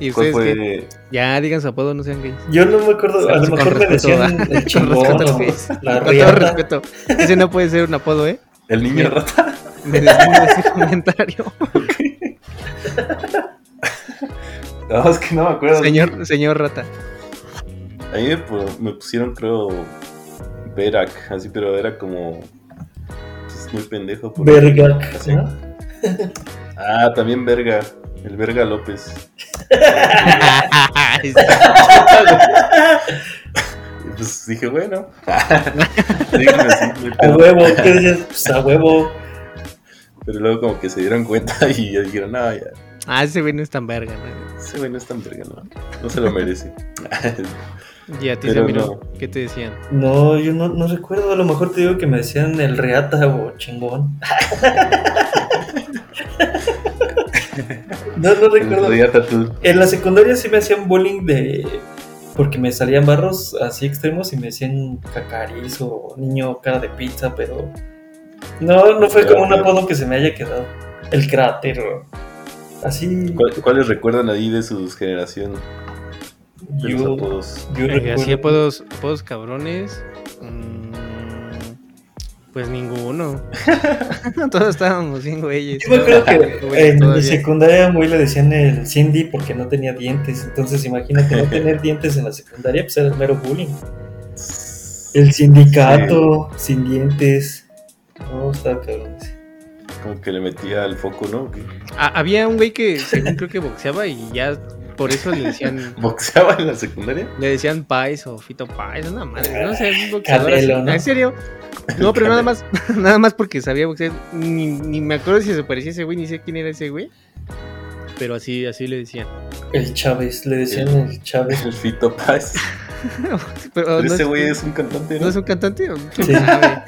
A: ¿Y
B: ¿Cuál
A: ustedes
B: fue?
A: qué? Ya digan su apodo, no sean gays.
C: Yo no me acuerdo, a lo
A: Con
C: mejor me
A: respeto,
C: decían
A: ¿verdad?
C: el
A: Con
C: chingón
A: respeto a los
C: o
A: gays.
C: la
A: Con todo
C: riata.
A: respeto. Ese no puede ser un apodo, ¿eh?
B: El niño
A: Mira.
B: rata.
A: Me deslindo de ese comentario.
B: No, es que no me acuerdo.
A: Señor, señor Rata.
B: A mí me, pu- me pusieron, creo, Verac, así, pero era como. pues, muy pendejo. porque-
C: Verga.
B: Sí.
C: ¿no?
B: Ah, también Verga. El Verga López. Y pues dije, bueno. Díganme así, muy
C: A
B: pedo.
C: huevo, ¿qué decías? Pues a huevo.
B: Pero luego, como que se dieron cuenta y ya dijeron, no, ya.
A: Ah, ese güey no es tan verga, ¿no?
B: Ese güey no es tan verga, no. No se lo merece.
A: Y a ti,
B: Pero
A: Samiro, ¿qué te decían?
C: No, yo no, no recuerdo, a lo mejor te digo que me decían el reata o chingón. No, no
B: El
C: recuerdo.
B: otro día tatu-
C: En la secundaria sí me hacían bullying de. Porque me salían barros así extremos y me decían cacariz o niño cara de pizza, pero. No, no fue como un apodo que se me haya quedado. El cráter o. Así.
B: ¿Cuál- ¿Cuáles recuerdan ahí de su generación? De los
C: Yo,
B: apodos.
C: yo
A: Eh, Así
C: recuerdo-
A: apodos, apodos cabrones. mm, pues ninguno. Todos estábamos bien güeyes.
C: Yo me acuerdo que
A: Güeyes
C: en mi
A: todavía.
C: secundaria muy le decían el Cindy porque no tenía dientes. Entonces, imagínate, no tener dientes en la secundaria, pues era el mero bullying. El sindicato, sin dientes. No, estaba cabrón.
B: Como que le metía al foco, ¿no? Que
A: Ah, había un güey que según creo que boxeaba y ya por eso le decían
B: boxeaba en la secundaria.
A: le decían Pais o Fito Pais, una madre, no sé, un boxeador
C: Canelo,
A: así.
C: ¿no?
A: En serio. No, pero nada más, nada más porque sabía boxear, ni, ni me acuerdo si se parecía a ese güey, ni sé quién era ese güey. Pero así, así le decían.
C: El Chávez, le decían el Chávez.
B: El Fito Paz.
A: Pero,
B: Pero
A: no,
B: ese
A: es,
B: güey es un cantante,
A: ¿no
B: ¿no?
A: es un cantante? ¿O ¿Quién
C: Sí.
A: sabe?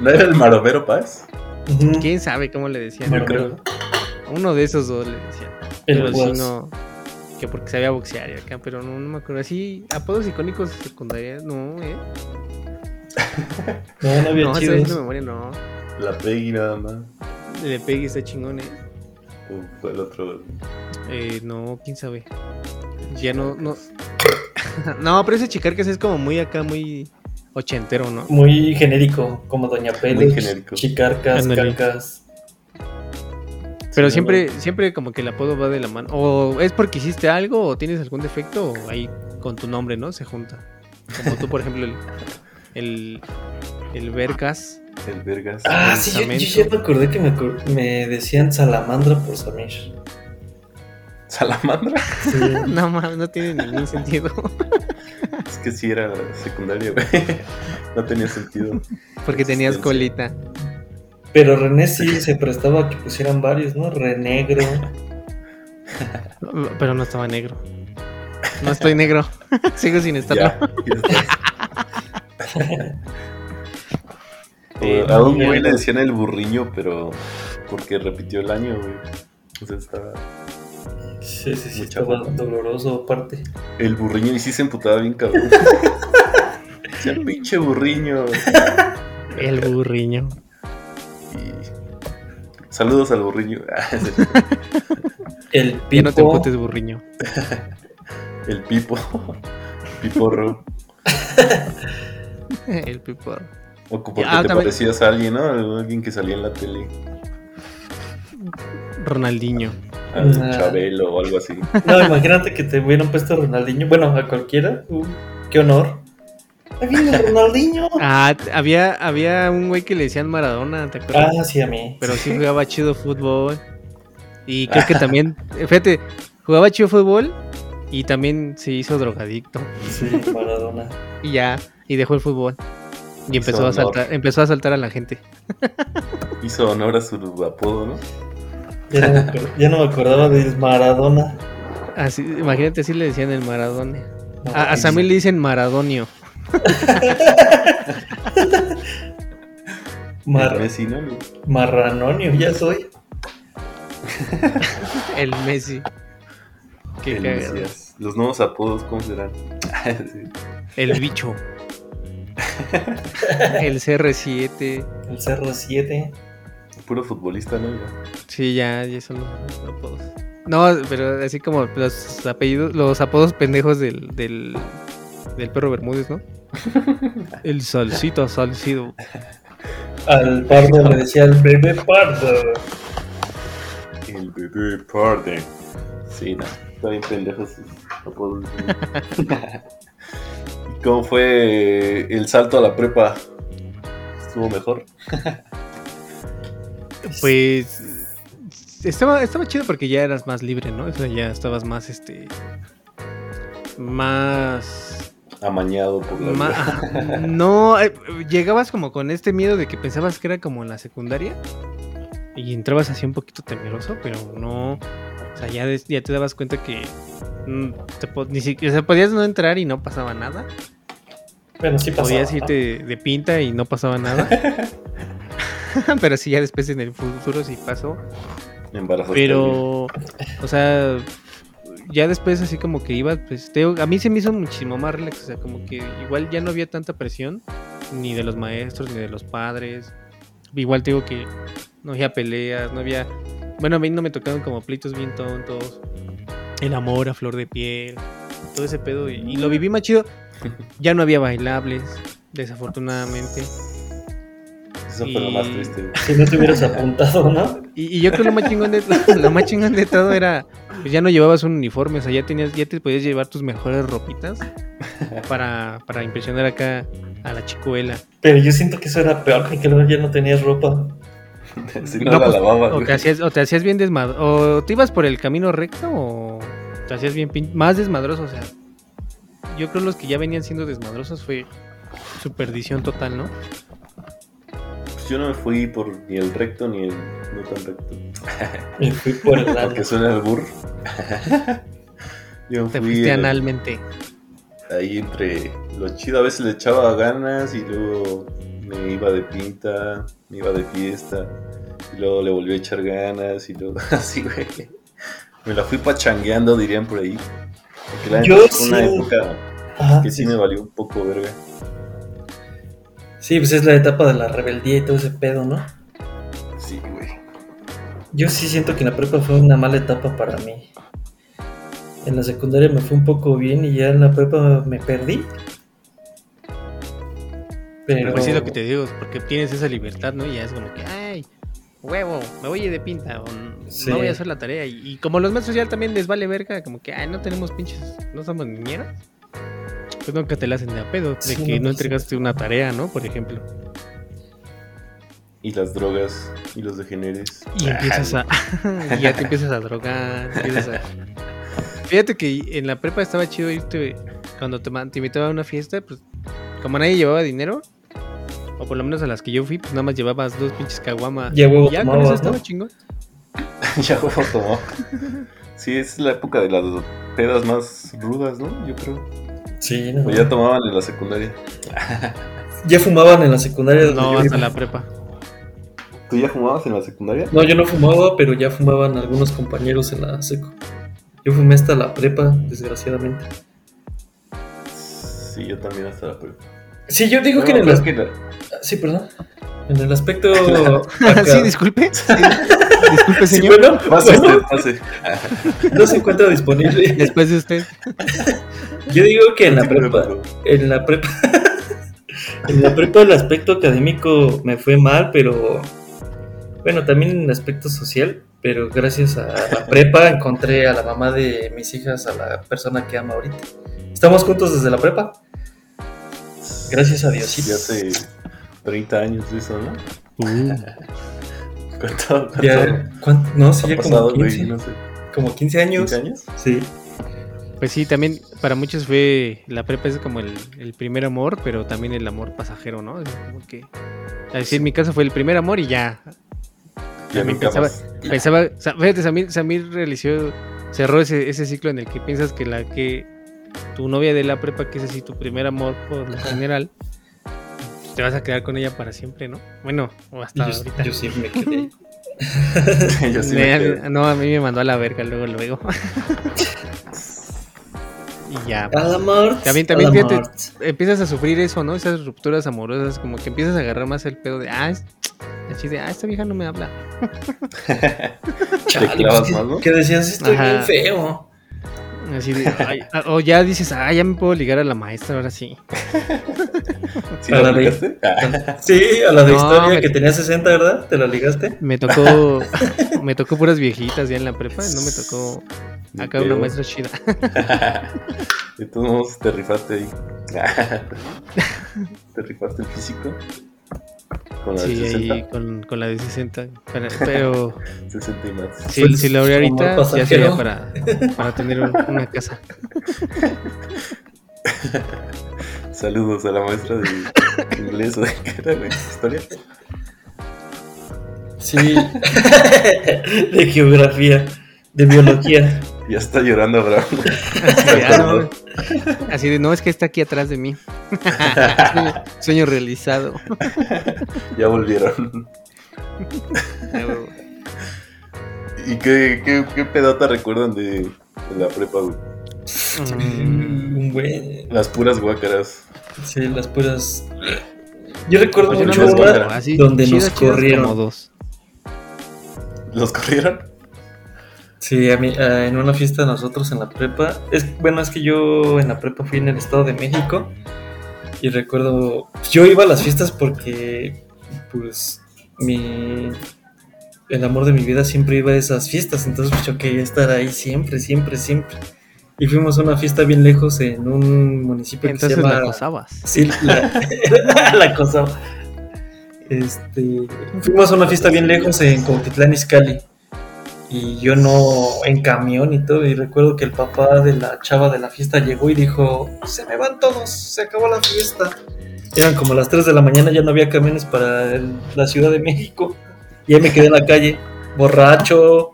B: ¿No era el Maromero Paz?
C: Ujú.
A: ¿Quién sabe cómo le decían?
C: Bueno,
B: creo.
A: A Uno de esos dos le decían.
C: El
A: Pero sí
C: Guas.
A: no. Que porque sabía boxear y acá, pero no, no me acuerdo. Así, apodos icónicos de secundaria, no, eh.
C: No, no había
A: No, estoy haciendo
C: chidos.
A: memoria, no.
B: La Peggy nada más.
A: Le pegue E está chingón, eh.
B: O fue el otro.
A: Eh, no, quién sabe. Ya no, no. no, pero ese chicarcas es como muy acá, muy ochentero, ¿no?
C: Muy genérico, como Doña Pele,
B: genérico.
C: Chicarcas,
A: Ándale.
C: Cacas.
A: Pero
B: Sí,
A: siempre, siempre como que el apodo va de la mano. O es porque hiciste algo, o tienes algún defecto, o ahí con tu nombre, ¿no? Se junta. Como tú, por ejemplo, el. El. El Vergas.
B: El Vergas.
C: Ah, sí, yo, yo ya me acordé que me, acor- me decían salamandra por Samir.
B: Salamandra.
C: Sí.
A: No mames, no tiene ningún sentido.
B: Es que sí era secundaria, güey. No tenía sentido.
A: Porque tenías
B: Existencia.
A: colita.
C: Pero René sí se prestaba a que pusieran varios, ¿no? Renegro.
A: Pero no estaba negro. No estoy negro. Sigo sin estarlo.
B: Ya, ya estás. Eh, a un güey le decían el burriño, pero porque repitió el año, güey. O sea, estaba
C: Sí, sí, sí,
B: Mucha
C: estaba
B: boca.
C: doloroso aparte.
B: el burriño y sí se emputaba bien cabrón. Decía, pinche burriño.
A: El burriño.
B: Y... Saludos al burriño.
C: El
A: Ya no te
C: pipo,
A: emputes, burriño.
B: el pipo. Piporro.
A: El pipor.
B: O porque
A: Ah,
B: te
A: también-
B: parecías a alguien, ¿no? Alguien que salía en la tele.
A: Ronaldinho.
B: A
A: Ah.
C: Nah.
B: Chabelo o algo así.
C: no, imagínate que te hubieran puesto a Ronaldinho. Bueno, a cualquiera. Uh, qué honor. Ahí viene Ronaldinho.
A: Ah, t- había, había un güey que le decían Maradona, ¿te acuerdas?
C: Ah, sí, a mí.
A: Pero sí jugaba chido fútbol. Y creo que también, eh, fíjate, jugaba chido fútbol y también se hizo drogadicto.
C: Sí, Maradona.
A: Y ya, y dejó el fútbol. Y
B: Hizo
A: empezó a
B: honor.
A: saltar, empezó a saltar a la gente.
B: Hizo honor a su apodo, ¿no?
C: Ya no, me acuer- ya no me acordaba del Maradona.
A: Así, imagínate si le decían el Maradona.
C: No,
A: A, a
C: sí.
A: Samir le dicen Maradonio.
B: El
C: Mar-
B: Messi, ¿no?
C: Marranonio, ya soy.
A: El Messi. Qué
B: El
A: cagado.
B: Mesías. Los nuevos apodos, ¿cómo serán? Sí.
A: El bicho. El CR7.
C: El Cerro 7.
B: Puro futbolista, ¿no? Ya.
A: Sí, ya, ya son los apodos. No, pero así como los apellidos, los apodos pendejos del, del, del perro Bermúdez, ¿no? El salsita salcido.
C: Al pardo le decía el bebé pardo.
B: El bebé Parden. Sí, no. Está bien pendejo sus apodos. ¿Y ¿Cómo fue el salto a la prepa? ¿Estuvo mejor?
A: Pues estaba, estaba chido porque ya eras más libre, ¿no? O sea, ya estabas más este. Más
B: Amañado por la
A: Ma-
B: vida.
A: ah, no, eh, llegabas como con este miedo de que pensabas que era como en la secundaria y entrabas así un poquito temeroso, pero no, o sea, ya, des- ya te dabas cuenta que mm, te po- ni siquiera, o sea, podías no entrar y no pasaba nada,
C: Bueno, sí pasaba.
A: podías
C: ¿no?
A: irte de pinta y no pasaba nada, pero sí, ya después en el futuro sí pasó
B: Embarazos.
A: Pero, o sea, ya después así como que iba, pues te digo, a mí se me hizo muchísimo más relax, o sea, como que igual ya no había tanta presión, ni de los maestros, ni de los padres. Igual te digo que no había peleas, no había... Bueno, a mí no me tocaron como pleitos bien tontos, el amor a flor de piel, todo ese pedo, y, y lo viví más chido. Ya no había bailables, desafortunadamente.
B: Eso fue lo más triste. güey.
C: Si no te hubieras apuntado, ¿no?
A: Y, y yo creo que lo más chingón de todo, lo más chingón de todo era, pues ya no llevabas un uniforme, o sea, ya tenías, ya te podías llevar tus mejores ropitas para, para impresionar acá a la chicuela.
C: Pero yo siento que eso era peor porque luego ya no tenías ropa.
B: Si no,
A: No,
B: la
A: pues,
B: lavaba,
A: O
B: güey.
A: te hacías, o te hacías bien desmadroso, o te ibas por el camino recto o te hacías bien pin- más desmadroso, o sea. Yo creo los que ya venían siendo desmadrosos fue su perdición total, ¿no?
B: Pues yo no me fui por ni el recto ni el no tan recto.
C: Me fui por el lado.
B: Porque suena el burro. yo
A: Te
B: fui
A: fuiste
B: en-
A: analmente.
B: ahí entre lo chido. A veces le echaba ganas y luego me iba de pinta, me iba de fiesta. Y luego le volví a echar ganas y luego así, güey. Me la fui pachangueando, dirían por ahí. Porque la neta
C: Yo
B: fue una
C: sí.
B: época
C: Ajá,
B: que
C: sí,
B: sí me valió un poco, verga.
C: Sí, pues es la etapa de la rebeldía y todo ese pedo, ¿no?
B: Sí, güey.
C: Yo sí siento que la prepa fue una mala etapa para mí. En la secundaria me fue un poco bien y ya en la prepa me perdí. Pero
A: Pues sí, lo que te digo, porque tienes esa libertad, ¿no? Y ya es como que, ay, huevo, me voy a ir de pinta, o n-
C: Sí.
A: no voy a hacer la tarea. Y, y como los maestros ya también les vale verga, como que, ay, no tenemos pinches, no somos niñeras. Pues nunca te la hacen de a pedo, de
C: Sí,
A: que
C: no,
A: no
C: pues sí.
A: entregaste una tarea, ¿no? Por ejemplo.
B: Y las drogas y los degeneres.
A: Y empiezas a. y ya te empiezas a drogar. empiezas a- Fíjate que en la prepa estaba chido irte. Cuando te, man- te invitaba a una fiesta, pues como nadie llevaba dinero, o por lo menos a las que yo fui, pues nada más llevabas dos pinches caguamas.
C: Ya huevo
A: ya con
C: tomabas,
A: eso
C: ¿no?
A: estaba chingón.
B: ya huevo tomó. Sí, es la época de las pedas más rudas, ¿no? Yo creo.
C: Sí, no.
B: O Pues ya tomaban en la secundaria.
C: Ya fumaban en la secundaria. donde
A: No,
C: yo
A: hasta
C: iba.
A: la prepa.
B: ¿Tú ya fumabas en la secundaria?
C: No, yo no fumaba, pero ya fumaban algunos compañeros en la seco. Yo fumé hasta la prepa, desgraciadamente.
B: Sí, yo también hasta la prepa.
C: Sí, yo digo
B: No,
C: que en el...
A: pues
B: creo
C: as-
B: que la-
C: Sí, perdón. En el aspecto...
A: sí, disculpe. Disculpe,
C: Sí,
A: señor. este.
C: bueno,
B: Pase
C: bueno,
B: usted, pase.
C: no se encuentra disponible.
A: Después de usted.
C: Yo digo que en la
B: Sí, pero-
C: prepa... en la prepa en la prepa el aspecto académico me fue mal pero bueno también en el aspecto social pero gracias a la prepa encontré a la mamá de mis hijas a la persona que amo ahorita estamos juntos desde la prepa gracias a Diosito
B: Ya hace 30 años de eso, ¿no?
C: Uh.
B: ¿Cuánto, cuánto
C: ya ¿cuán- no sí
B: ha
C: ya
B: pasado,
C: como
B: güey?
C: 15,
B: No sé.
C: como 15 años
B: 15 años?
C: sí
A: Pues sí, también para muchos fue. La prepa es como el, el primer amor, pero también el amor pasajero, ¿no? Es como que. Así en mi caso fue el primer amor y ya.
B: Ya
A: También
B: nunca
A: pensaba-
B: más.
A: Pensaba, o sea, fíjate, Samir, Samir realizó, cerró ese, ese ciclo en el que piensas que la que tu novia de la prepa, que es así tu primer amor por lo general, te vas a quedar con ella para siempre, ¿no? Bueno, o
C: Y
A: hasta
C: yo,
A: ahorita.
C: yo sí me quedé
B: Yo sí me
A: Me-
B: quedé.
A: no, a mí me mandó a la verga luego, luego. y ya.
C: a la mort
A: También- también
C: a la
A: fíjate-
C: mort.
A: Empiezas a sufrir eso, ¿no? Esas rupturas amorosas, como que empiezas a agarrar más el pedo de, ah, es- la chiste, ah, esta vieja no me habla.
C: Chale,
B: clavas
C: pues,
B: más, ¿no?
C: que, que decías estoy
A: Ajá.
C: bien feo
A: Así de, "Ay", o ya dices, ah, ya me puedo ligar a la maestra, ahora sí.
B: ¿Sí lo
C: Para mí.
B: aplicaste? Ah,
C: Sí, a la de
A: No,
C: historia
A: me-
C: que tenía 60, ¿verdad? ¿Te la ligaste?
A: Me tocó, me tocó puras viejitas ya en la prepa, no me tocó
B: Ah, ni
A: acá una
B: pedo.
A: maestra chida.
B: De todos modos, te rifaste ahí. te rifaste el físico. Con la de
A: Sí,
B: 60,
A: ahí con, con la de 60. Pero, pero
B: 60 y más.
A: si,
C: Pues,
A: si la abría
C: como
A: ahorita, ya
C: pasajero.
A: sería para, para tener un- una casa.
B: Saludos a la maestra de inglés o de qué era, güey, historia.
C: Sí. de geografía, de biología.
B: Ya está llorando, Abraham.
A: Ya, no, así de, no, es que está aquí atrás de mí. Sueño- Sueño realizado.
B: Ya volvieron.
A: Mm. Ah, huevo.
B: ¿Y qué, qué, qué pedota recuerdan de, de la prepa, güey?
A: Pues
C: Mm, Un buen.
B: Las puras guácaras.
C: Sí, las puras. Yo recuerdo
B: Oye, no
C: mucho
B: me
C: una
B: acuerdo,
A: así,
C: donde
A: chidas,
C: nos
A: chidas
C: corrieron.
A: como dos.
B: ¿Los corrieron?
C: Sí, a mí, eh, en una fiesta de nosotros en la prepa. Es, bueno, es que yo en la prepa fui en el Estado de México. Y recuerdo. pues, Yo iba a las fiestas porque. Pues. Mi. El amor de mi vida siempre iba a esas fiestas. Entonces pues, yo quería estar ahí siempre, siempre, siempre. Y fuimos a una fiesta bien lejos en un municipio
A: Entonces
C: que se
A: la
C: llama.
A: acosabas.
C: Sí, la, la cosa. Este, fuimos a una fiesta bien lejos en Cuautitlán Izcalli. Y yo no en camión y todo. Y recuerdo que el papá de la chava de la fiesta llegó y dijo: Se me van todos, se acabó la fiesta. Eran como las 3 de la mañana, ya no había camiones para el- la Ciudad de México. Y ahí me quedé en la calle, borracho,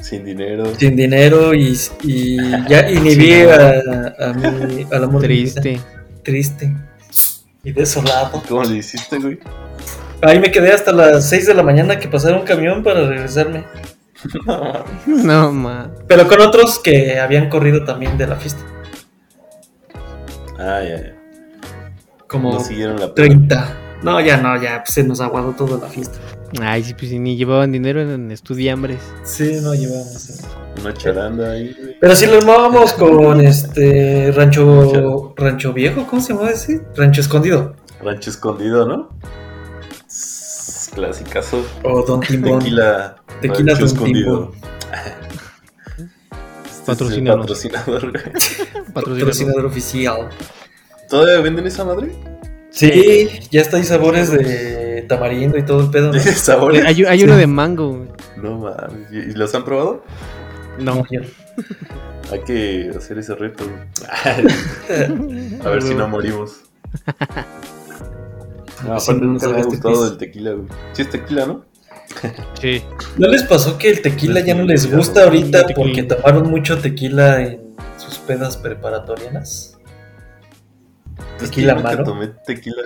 B: Sin dinero.
C: sin dinero y, y ya y ni vi a, a mi, al amor de mi vida
A: Triste.
C: triste y desolado.
B: ¿Cómo le hiciste, güey?
C: Ahí me quedé hasta las 6 de la mañana que pasara un camión para regresarme.
A: No, ma.
C: Pero con otros que habían corrido también de la fiesta.
B: Ah, ya, ya.
C: Como
B: No siguieron la peda.
C: 30. No, ya no, ya se nos aguadó toda la fiesta.
A: Ay, sí, pues si ni llevaban dinero, eran estudiambres.
C: Sí, no llevábamos. eh.
B: Una charanda ahí, güey.
C: Pero sí lo armábamos con este rancho rancho viejo, ¿cómo se llama ese? Rancho escondido.
B: Rancho escondido, ¿no? Tss, Clasicazo.
C: O Don Timbón.
B: Tequila.
C: Tequila
B: Rancho
C: Don Timbón.
B: Este es el
A: Patrocínanos.
B: patrocinador, güey.
A: Patrocinador.
C: Patrocinador oficial.
B: ¿Todavía venden esa madre?
C: Sí, ya está ahí sabores de tamarindo y todo el pedo. ¿no?
B: ¿Tiene sabores?
A: Hay, hay
C: Sí.
A: uno de mango.
B: No mames. ¿Y y los han probado?
A: No.
B: Hay que hacer ese reto. güey.
A: A
B: A ver si no morimos. No, aparte nunca me ha gustado el tequila, güey. Sí es tequila, ¿no?
A: Sí.
C: ¿No les pasó que el tequila ya no les gusta
B: No,
C: ahorita
A: tequila.
C: porque tomaron mucho tequila en sus pedas preparatorianas? Tequila
B: Yo nunca
C: malo.
B: tomé tequila.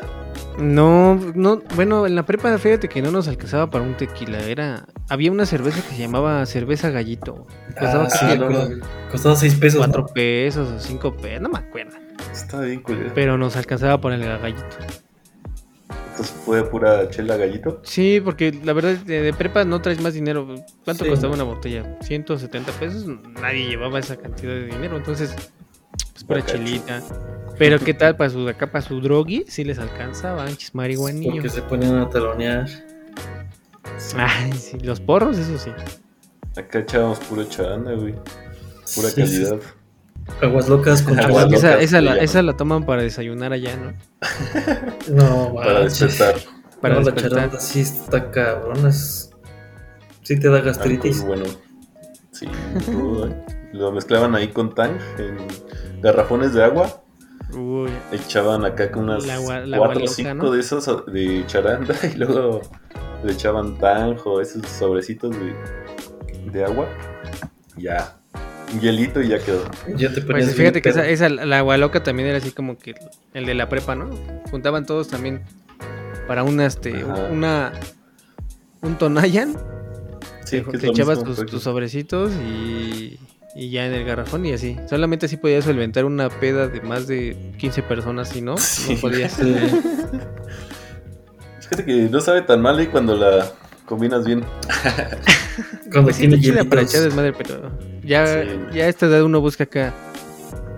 A: No, no, bueno, en la prepa fíjate que no nos alcanzaba para un tequila, era, había una cerveza que se llamaba cerveza gallito, costaba
C: Ah,
A: creo
C: sí,
A: que
C: no,
A: como
C: no. Costaba 6 pesos.
A: cuatro
C: ¿no?
A: pesos o cinco pesos, no me acuerdo,
B: Estaba bien culero.
A: pero nos alcanzaba para el gallito.
B: Entonces fue pura chela gallito.
A: Sí, porque la verdad de, de prepa no traes más dinero, ¿cuánto
C: Sí,
A: costaba
C: no.
A: una botella? 170 pesos, nadie llevaba esa cantidad de dinero, entonces, pues para
B: Bacacho.
A: chelita. Pero qué tal, para su, acá para su drogui, sí les alcanzaba, anchis
C: Porque
A: marihuanillos.
C: se ponían a talonear.
A: Ay, sí, los porros, eso sí.
B: Acá echábamos pura charanda, güey. Pura
C: Sí, sí,
B: calidad.
C: Aguas locas con
B: Aguas
C: chocolate.
B: locas.
A: Esa, esa, la,
B: le llaman.
A: esa la toman para desayunar allá, ¿no?
C: No,
B: Para
C: manches.
B: despertar.
A: Para
C: No, la
A: despertar.
C: charanda sí está cabrón. es- Sí te da gastritis.
B: Alcohol, bueno. Sí, todo, ¿eh? Lo mezclaban ahí con tang en garrafones de agua.
A: Uy,
B: Echaban acá con unas
A: La agua- la agua
B: cuatro o
A: loca,
B: cinco
A: ¿no?
B: de esos de charanda y luego le echaban tang o esos sobrecitos de, de agua. Ya. Un hielito y ya quedó.
C: Ya te
A: pues
C: ponías bien
A: fíjate que
C: pedo.
A: esa, esa, la gualoca también era así como que el de la prepa, ¿no? Juntaban todos también para una, este,
B: Ajá.
A: una, un tonayan.
B: Sí,
A: te
B: que es
A: te
B: lo
A: echabas
B: mismo,
A: tus,
B: pues.
A: tus sobrecitos y, y ya en el garrafón y así. Solamente así podías solventar una peda de más de 15 personas, si no,
B: Sí.
A: no podías.
C: Sí.
B: Fíjate que no sabe tan mal ¿eh? cuando la combinas bien.
C: Cuando
A: Pues sí,
C: tiene
A: está chida para
C: hielitos.
A: echar desmadre, pero ya,
B: Sí.
A: ya a esta edad uno busca acá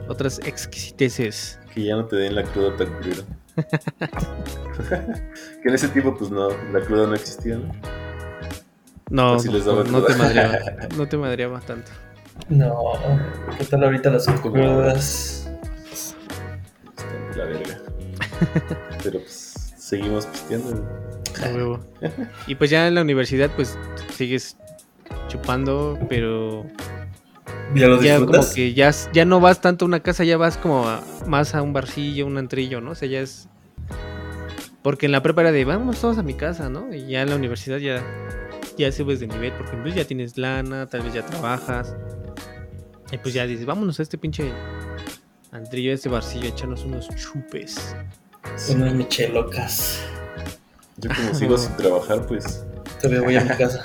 A: otras exquisiteces.
B: Que ya no te den la cruda tan cruda. que en ese tiempo, pues no, la cruda no existía, ¿no?
A: No,
B: Pues sí
A: no,
B: les daba
A: no te
B: cruda.
A: madreaba, no te madreaba tanto.
C: No, ¿qué tal ahorita las crudas?
B: Está de Este, la verga. Pero pues seguimos pisteando. güey.
A: a huevo. Y pues ya en la universidad pues sigues chupando, pero
C: ¿Ya lo
A: ya como
C: disfrutas?
A: que ya, ya no vas tanto a una casa, ya vas como a- más a un barcillo, un antrillo, ¿no? O sea, ya es... Porque en la prepa era de vamos todos a mi casa, ¿no? Y ya en la universidad ya, ya subes de nivel, porque pues ya tienes lana, tal vez ya trabajas. Y pues ya dices, vámonos a este pinche antrillo, a este barcillo, a echarnos unos chupes.
C: Unas michelocas.
B: Yo como sigo sin trabajar, pues
C: Todavía voy a mi casa.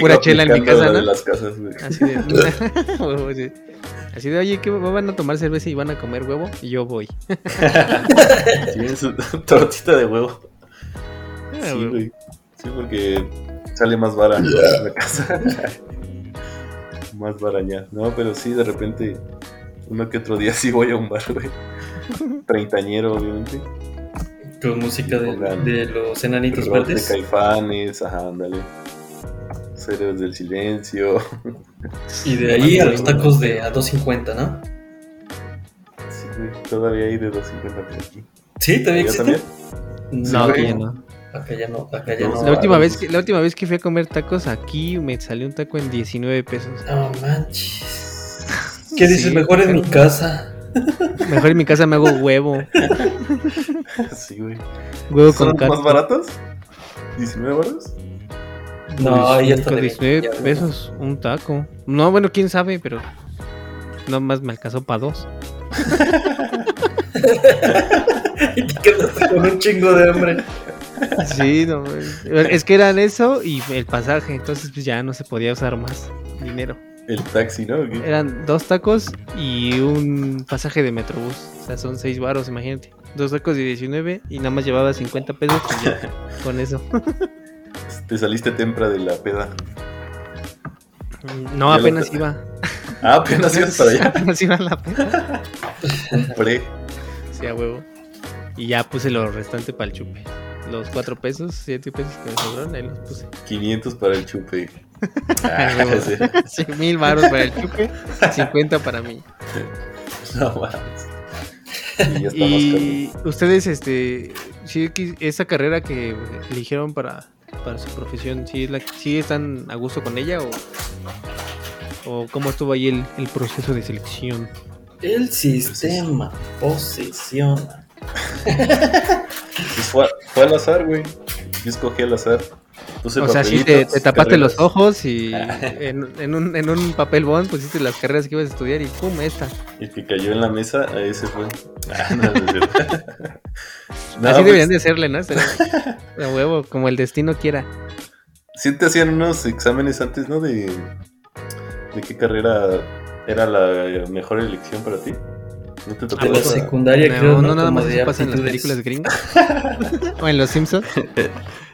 A: Pura chela en mi
B: aplicando
A: casa,
B: la de
A: ¿no?
B: las casas, güey.
A: Así de, Huevo, sí. Así de, oye, ¿qué van a tomar cerveza y van a comer huevo? Y yo voy.
B: Tienen su tortita de huevo.
A: Ah,
B: Sí,
A: huevo.
B: güey. Sí, porque sale más vara la casa. más baraña. No, pero sí, de repente, uno que otro día sí voy a un bar, güey. Treintañero, obviamente.
C: Con música de,
B: Pongan
C: de los enanitos
B: Rock de
C: verdes.
B: caifanes, ajá, ándale. Ceros del silencio.
C: Y de ahí a los tacos de a 2.50, ¿no?
B: Sí, güey, todavía hay de 250 por aquí.
C: Sí, también
B: ¿Ya
C: existe.
B: también?
A: No,
B: Sí,
A: aquí
B: güey.
A: ya no.
C: Acá ya no, acá ya no.
A: La última,
B: Ah,
A: vez
B: sí.
A: que, la última vez que fui a comer tacos aquí me salió un taco en 19 pesos.
C: No manches. ¿Qué dices?
A: Sí,
C: Mejor en
A: pero-
C: mi casa.
A: Mejor en mi casa me hago huevo.
B: Sí, güey.
A: Huevo
B: ¿Son
A: con
B: más
A: carne.
B: baratos? ¿19 baros?
C: No, ahí ya está.
A: Con
C: de
A: 19
C: ya,
A: pesos un taco. No, bueno, quién sabe, pero nomás me alcanzó para dos.
C: Y te quedaste con un chingo de hambre.
A: Sí, no, es es que eran eso y el pasaje, entonces pues ya no se podía usar más dinero.
B: El taxi, ¿no? ¿O qué?
A: Eran dos tacos y un pasaje de metrobús. O sea, son seis varos, imagínate. Dos tacos de 19 y nada más llevaba 50 pesos y ya, con eso.
B: Te saliste temprano de la peda.
A: No,
B: Ya lo
A: apenas
B: te-
A: iba.
B: Ah, apenas ibas para allá.
A: Apenas iba la pena.
B: Pre.
A: Sí, a huevo. Y ya puse lo restante para el chupe. Los cuatro pesos, siete pesos que me sobraron, ahí los puse.
B: 500 para el chupe. Ah,
A: Ay, huevo.
B: sí.
A: Sí, mil varos para el chupe, 50 para mí.
B: No mames. Y ya estamos
A: Y ustedes, este, sí, que esa carrera que eligieron para, para su profesión, ¿sí, es la, sí están a gusto con ella o, o cómo estuvo ahí el, el proceso de selección?
C: El sistema posesiona.
B: con- Pues fue, fue al azar, güey. Yo escogí al azar. Puse
A: o sea, sí te,
B: papelitos,
A: te tapaste
B: carreras.
A: los ojos y
B: Ah.
A: en, en un, en un papel bond pusiste las carreras que ibas a estudiar y pum, esta.
B: El que cayó en la mesa, a ese fue. Ah, no, no es cierto. No,
A: Así
B: pues,
A: deberían de hacerle, ¿no? Estaría- A huevo, como el destino quiera.
B: Sí te hacían unos exámenes antes, ¿no? De, de qué carrera era la mejor elección para ti. No te tocó
A: Ah,
C: De la
A: pues,
B: esa?
C: secundaria, creo.
A: No, no, nada
C: Como
A: más
C: de
A: eso pasa en las
C: aptitudes.
A: películas gringas. o en los Simpsons.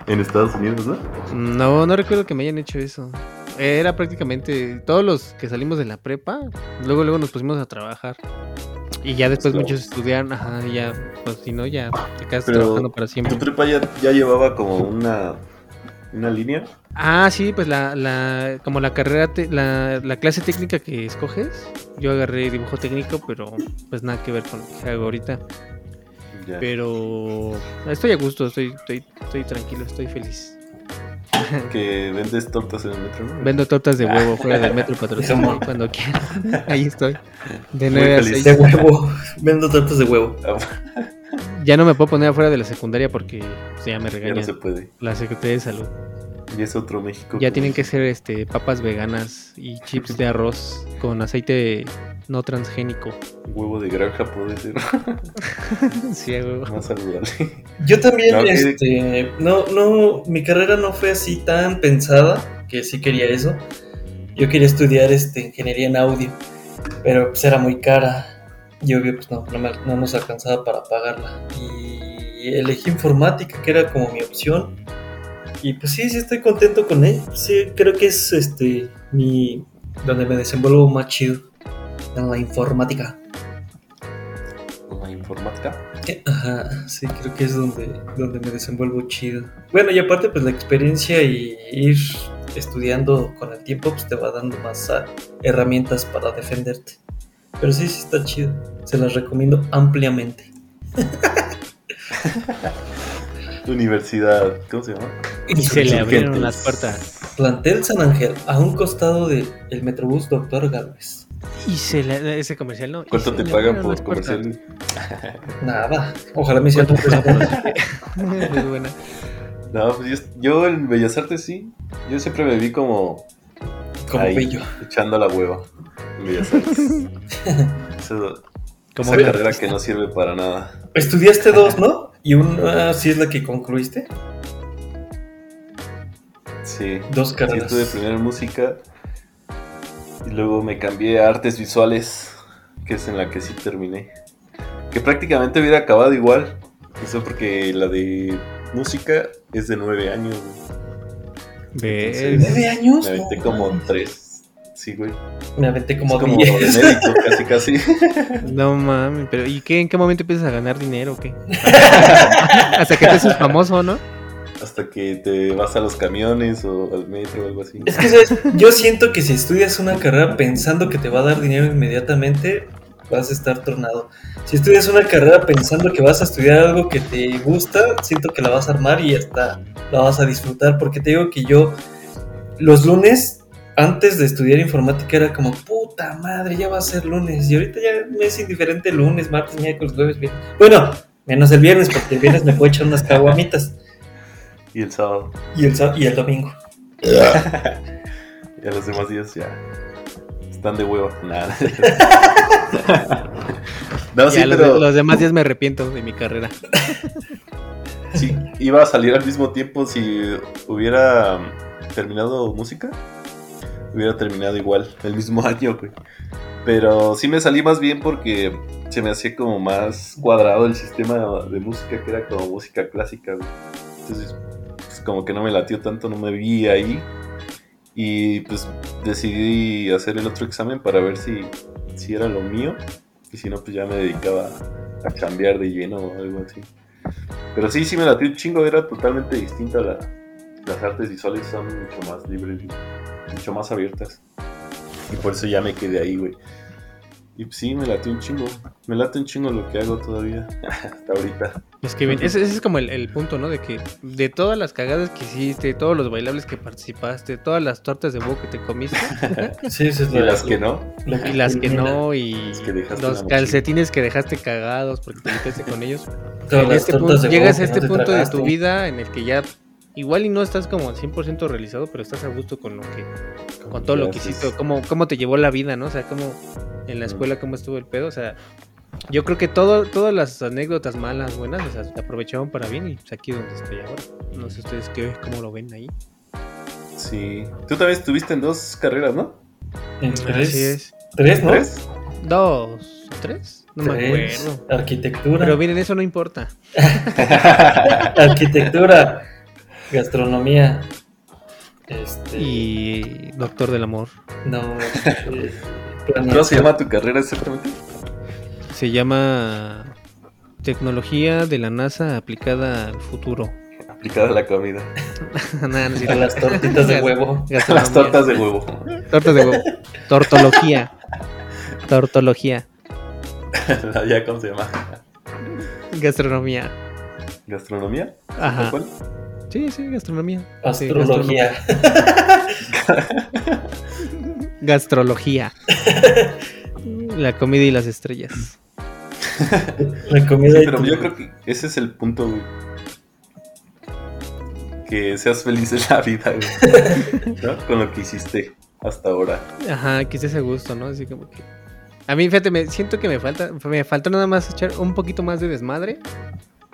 B: en Estados Unidos, ¿no?
A: No, no recuerdo que me hayan hecho eso. Era prácticamente todos los que salimos de la prepa, luego luego nos pusimos a trabajar. Y ya después
B: Claro.
A: muchos estudiaron, ajá, y ya, pues si no, ya te quedas
B: Pero-
A: trabajando para
B: Tu
A: siempre.
B: prepa ya, ya llevaba como una, una línea.
A: Ah, sí, pues la, la como la carrera, te- la, la clase técnica que escoges, yo agarré dibujo técnico, pero pues nada que ver con lo que hago ahorita.
B: Ya.
A: Pero estoy a gusto, estoy, estoy, estoy tranquilo, estoy feliz.
B: Que vendes tortas en el metro, ¿no?
A: Vendo tortas de huevo fuera del metro patrocinador
C: Jamón.
A: cuando quiera. Ahí estoy. De
B: Muy
A: 9 a
B: feliz.
A: 6.
C: De huevo. Vendo tortas de huevo.
B: Ah,
A: Ya no me puedo poner afuera de la secundaria porque pues, ya me
B: ya
A: regaña
B: no se puede.
A: la Secretaría de Salud.
B: Y es otro México.
A: Ya
B: que-
A: tienen que ser este papas veganas y chips de arroz con aceite no transgénico.
B: Huevo de granja puede ser
A: Sí, a huevo.
B: más saludable.
C: Yo también,
B: No, que-
C: este, no, no, mi carrera no fue así tan pensada, que sí quería eso. Yo quería estudiar, este, ingeniería en audio, pero pues era muy cara y obvio, pues no, no, me- no nos alcanzaba para pagarla. Y elegí informática, que era como mi opción. Y pues sí, sí estoy contento con él. Sí, creo que es, este, mi, donde me desenvuelvo más chido, en la informática.
B: La informática.
C: Eh, Ajá, sí, creo que es donde, donde me desenvuelvo chido. Bueno, y aparte, pues la experiencia y ir estudiando con el tiempo, pues te va dando más ah, herramientas para defenderte. Pero sí, sí está chido. Se las recomiendo ampliamente.
B: Universidad. ¿Cómo se llama?
A: Y se le abrieron
B: Insurgentes.
A: las puertas.
C: Plantel San Ángel, a un costado del el Metrobús Doctor Galvez.
A: Y se le, ese comercial no. Y
B: ¿Cuánto
A: se
B: te
A: le
B: pagan
A: abrieron
B: por
A: las puertas.
B: comercial?
C: Nada, ojalá me hicieran un presupuesto.
A: Muy buena.
B: No, pues yo, yo en Bellas Artes sí. Yo siempre me vi como
C: como
B: Ahí.
C: bello.
B: echando la hueva en Bellas Artes. Esa-
A: Como
B: esa
A: ver-
B: carrera que no sirve para nada.
C: Estudiaste dos, ¿no? Y una sí es la que concluiste.
B: Sí.
C: Dos
B: Sí,
C: carreras.
B: estuve primero en música y luego me cambié a artes visuales, que es en la que sí terminé. Que prácticamente hubiera acabado igual. Eso porque la de música es de nueve años. güey.
A: ¿Ves?
B: Entonces-
C: ¿Nueve años?
B: Me aventé
C: No,
B: como
C: mames.
B: tres. Sí, güey.
C: Me aventé como
B: es como
C: diez.
B: benédicto, casi, casi.
A: No mames, pero ¿y qué? ¿En qué momento empiezas a ganar dinero o qué? Hasta que te haces famoso, ¿no?
B: Hasta que te vas a los camiones o al metro o algo así.
C: Es que, ¿sabes? Yo siento que si estudias una carrera pensando que te va a dar dinero inmediatamente, vas a estar tornado. Si estudias una carrera pensando que vas a estudiar algo que te gusta, siento que la vas a armar y hasta la vas a disfrutar. Porque te digo que yo, los lunes, antes de estudiar informática, era como, puta madre, ya va a ser lunes. Y ahorita ya me es indiferente lunes, martes, miércoles, jueves, viernes. Bueno, menos el viernes, porque el viernes me puedo echar unas caguamitas.
B: Y el sábado.
C: Y el, sá- y el domingo.
B: Y a los demás días ya. Están de hueva. Nada. no, sí,
A: Ya los,
B: pero.
A: los demás días me arrepiento de mi carrera.
B: Sí, iba a salir al mismo tiempo si hubiera mm, terminado música. Hubiera terminado igual, el mismo año, güey. Pero sí me salí más bien porque se me hacía como más cuadrado el sistema de música, que era como música clásica, güey. Entonces, pues, como que no me latió tanto, no me vi ahí. Y pues decidí hacer el otro examen para ver si, si era lo mío. Y si no, pues ya me dedicaba a cambiar de lleno o algo así. Pero sí, sí me latió un chingo, era totalmente distinta la, las artes visuales, son mucho más libres, y mucho más abiertas. Y por eso ya me quedé ahí, güey. Y pues sí, me latió un chingo, me late un chingo lo que hago todavía, hasta ahorita.
A: Es que bien, ese, ese es como el, el punto, ¿no? De que de todas las cagadas que hiciste, todos los bailables que participaste, todas las tortas de huevo que te comiste
C: Sí, eso es
B: Y
C: lo-
B: las que no,
C: lo
A: y las que
C: culmina.
A: no y
B: que dejaste en la
A: los
B: mochila.
A: calcetines que dejaste cagados porque te metiste con ellos.
C: Todas
A: En
C: las
A: este
C: tortas
A: punto-
C: de huevo
A: llegas
C: que
A: a
C: no
A: este
C: te
A: punto
C: tragaste.
A: de tu vida en el que ya igual y no estás como al 100% realizado, pero estás a gusto con lo que con todo lo que
B: Gracias.
A: hiciste, o cómo, cómo te llevó la vida, ¿no? O sea, cómo en la escuela, cómo estuvo el pedo, o sea, yo creo que todo, todas las anécdotas malas, buenas, o sea, se aprovecharon para bien y pues, aquí es donde estoy ahora. No sé ustedes qué, cómo lo ven ahí.
B: Sí. Tú también estuviste en dos carreras, ¿no?
C: En tres,
A: Así es.
C: tres, ¿no?
B: ¿Tres?
A: Dos, tres, no me
C: Tres.
A: acuerdo.
C: Arquitectura.
A: Pero miren, eso no importa.
C: Arquitectura. Gastronomía. Este.
A: Y Doctor del Amor.
C: No. eh,
B: ¿Cómo se
C: planeación.
B: llama tu carrera exactamente?
A: Se llama Tecnología de la NASA aplicada al futuro.
B: Aplicada a la comida.
A: Nada, no es
C: A
A: cierto.
C: las tortitas de
A: Gas-
C: huevo.
A: gastronomía.
B: Las tortas de huevo.
A: Tortas de huevo. Tortología. Tortología.
B: ¿Ya cómo se llama?
A: Gastronomía.
B: ¿Gastronomía?
A: Ajá.
B: ¿Cuál?
A: Sí, sí, gastronomía. Sí, gastronomía.
C: Astrología.
A: Gastrología. La comida y las estrellas.
C: La comida
B: Sí,
C: y
B: pero
C: tu-
B: yo creo que ese es el punto, güey. Que seas feliz en la vida, güey. ¿No? Con lo que hiciste hasta ahora.
A: Ajá, que estés a gusto, ¿no? Así como que. A mí, fíjate, me siento que me falta. Me faltó nada más echar un poquito más de desmadre.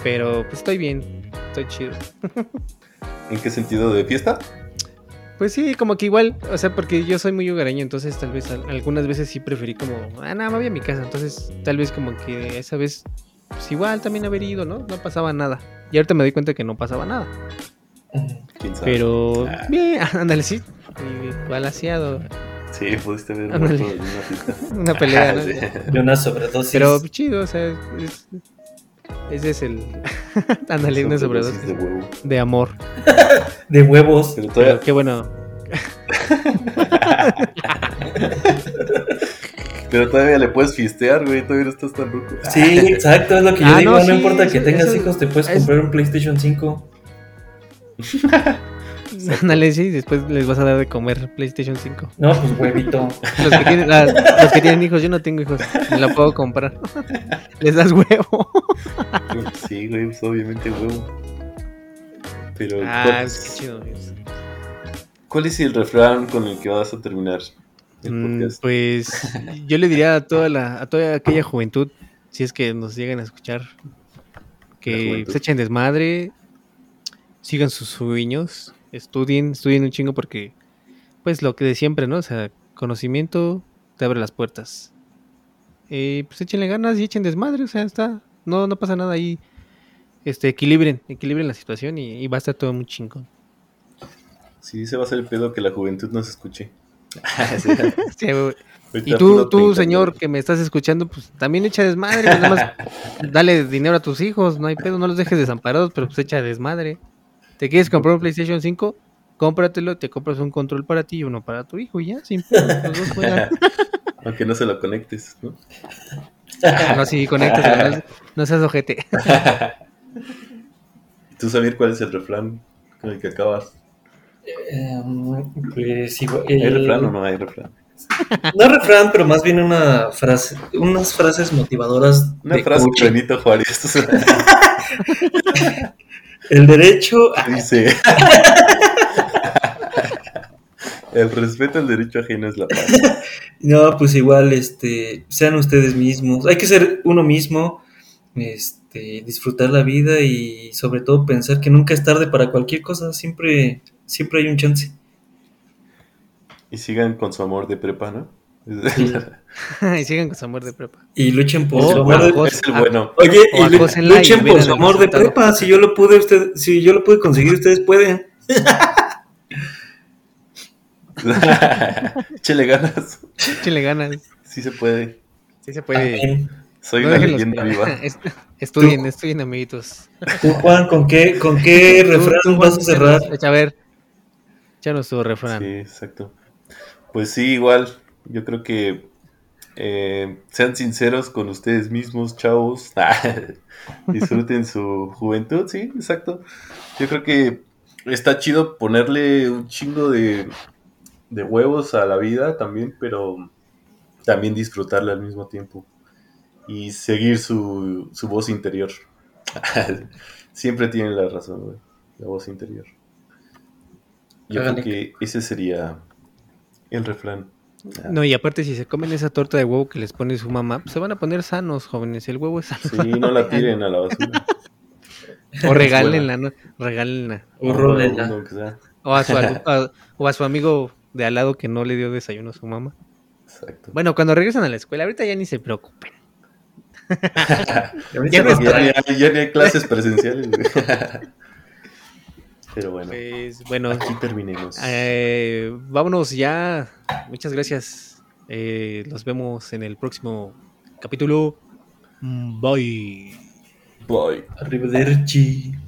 A: Pero pues estoy bien. Estoy chido.
B: ¿En qué sentido? ¿De fiesta?
A: Pues sí, como que igual, o sea, porque yo soy muy hogareño, entonces tal vez al- algunas veces sí preferí como, ah, nada, me voy a mi casa, entonces tal vez como que esa vez, pues igual también haber ido, ¿no? No pasaba nada. Y ahorita me doy cuenta que no pasaba nada.
B: ¿Quién sabe?
A: Pero,
B: Ah.
A: bien, ándale, sí. y Balaseado,
B: Sí, pudiste ver
A: Ándale.
B: muerto en una fiesta.
A: una pelea, ¿no?
B: Ah, Sí.
C: de una sobredosis.
A: Pero chido, o sea, es- ese es el. ándale, una sobredosis
B: de huevo.
A: de amor.
C: De huevos.
B: Pero todavía,
A: Qué bueno.
B: pero todavía le puedes fiestear, güey. Todavía no estás tan ruco.
C: Sí, exacto, es lo que yo
A: Ah,
C: digo.
A: no,
C: No,
A: sí,
C: importa que
A: eso-
C: tengas
A: eso-
C: hijos, te puedes
A: es-
C: comprar un PlayStation 5.
A: Ándale, sí, después les vas a dar de comer PlayStation 5.
C: No, pues huevito.
A: Los que, tienen, ah, los que tienen hijos, yo no tengo hijos, me la puedo comprar. Les das huevo.
B: Sí, güey, pues obviamente huevo. Pero,
A: Ah,
B: ¿cuál,
A: es que chido. es.
B: cuál es el refrán con el que vas a terminar el
A: Mm,
B: podcast?
A: Pues yo le diría a toda, la, a toda aquella juventud, si es que nos llegan a escuchar,
B: La
A: que
B: juventud.
A: se echen desmadre, sigan sus sueños, estudien, estudien un chingo porque, pues lo que de siempre, ¿no? O sea, conocimiento te abre las puertas. Eh, pues échenle ganas y echen desmadre, o sea, está, no, no pasa nada ahí. Este, equilibren, equilibren la situación y, y va a estar todo muy chingón.
B: Sí, se va a hacer el pedo que la juventud nos escuche.
A: Sí, güey. Y
B: Ahorita
A: tú,
B: puro
A: tú
B: 30,
A: señor
B: güey.
A: que me estás escuchando, pues también echa desmadre, güey, nada más dale dinero a tus hijos, no hay pedo, no los dejes desamparados, pero pues echa desmadre. ¿Te quieres comprar un PlayStation 5? Cómpratelo, te compras un control para ti y uno para tu hijo, y ya, sin pedo, los dos juegan.
B: Aunque no se lo conectes, ¿no?
A: Ah, No, sí, conectas, no, no seas ojete.
B: ¿Y tú saber cuál es el refrán con el que acabas?
C: Em, pues igual.
B: ¿Hay
C: el-
B: refrán o no hay refrán?
C: No refrán, pero más bien una frase, unas frases motivadoras.
B: Una
C: de
B: frase
C: coaching.
B: de Benito Juárez
C: El derecho. a-
B: dice: El respeto al derecho ajeno es la paz.
C: No, pues igual, este, sean ustedes mismos. Hay que ser uno mismo, este, disfrutar la vida y sobre todo pensar que nunca es tarde para cualquier cosa. Siempre, siempre hay un chance.
B: Y sigan con su amor de prepa, ¿no?
C: Sí.
A: y sigan con su amor de prepa.
C: Y luchen por
A: O
B: es,
C: su
B: el
C: amor de
B: bueno,
A: Juan.
B: es ah, el bueno.
C: Oye,
A: Oh, O a
C: y lu-
A: Josenla y
C: luchen por
A: miren
C: su
A: el
C: amor de
A: resultado.
C: prepa. Si yo lo pude, usted, si yo lo pude conseguir, ustedes pueden.
B: Échale ganas.
A: Échenle ganas,
B: Sí se puede.
A: sí se puede.
C: Amén.
B: Soy
A: No
B: una
A: dejen los-
B: leyenda viva.
A: Est- Estudien, estudien, amiguitos.
C: Tú, Juan, ¿con qué, con qué
A: Tú-
C: refrán
A: tú, Juan,
C: vas a cerrar?
A: A ver, échanos tu refrán.
B: Sí, exacto. Pues sí, igual. Yo creo que eh, sean sinceros con ustedes mismos, chavos. Ah, Disfruten su juventud, sí, exacto. Yo creo que está chido ponerle un chingo de, de huevos a la vida también, pero también disfrutarla al mismo tiempo. Y seguir su, su voz interior. Siempre tienen la razón, güey. La voz interior. Yo
C: Háganle
B: creo que ese sería el refrán.
A: No, y aparte si se comen esa torta de huevo que les pone su mamá, pues se van a poner sanos, jóvenes. El huevo es sano.
B: Sí, no la tiren a la basura.
A: O regálenla, ¿no? Regálenla.
C: Un
B: Un
C: rol en la-
B: vagabundo, aunque sea.
A: O a, su, a- o a su amigo de al lado que no le dio desayuno a su mamá.
B: Exacto.
A: Bueno, cuando regresan a la escuela, ahorita ya ni se preocupen.
B: Ya,
A: Ya no
B: ni- ya,
A: estará.
B: ni hay- ya ni hay clases presenciales. güey. Pero bueno,
A: Pues bueno,
B: aquí terminemos.
A: eh, vámonos ya. Muchas gracias. Eh, los vemos en el próximo capítulo. Bye.
B: Bye.
C: Arrivederci.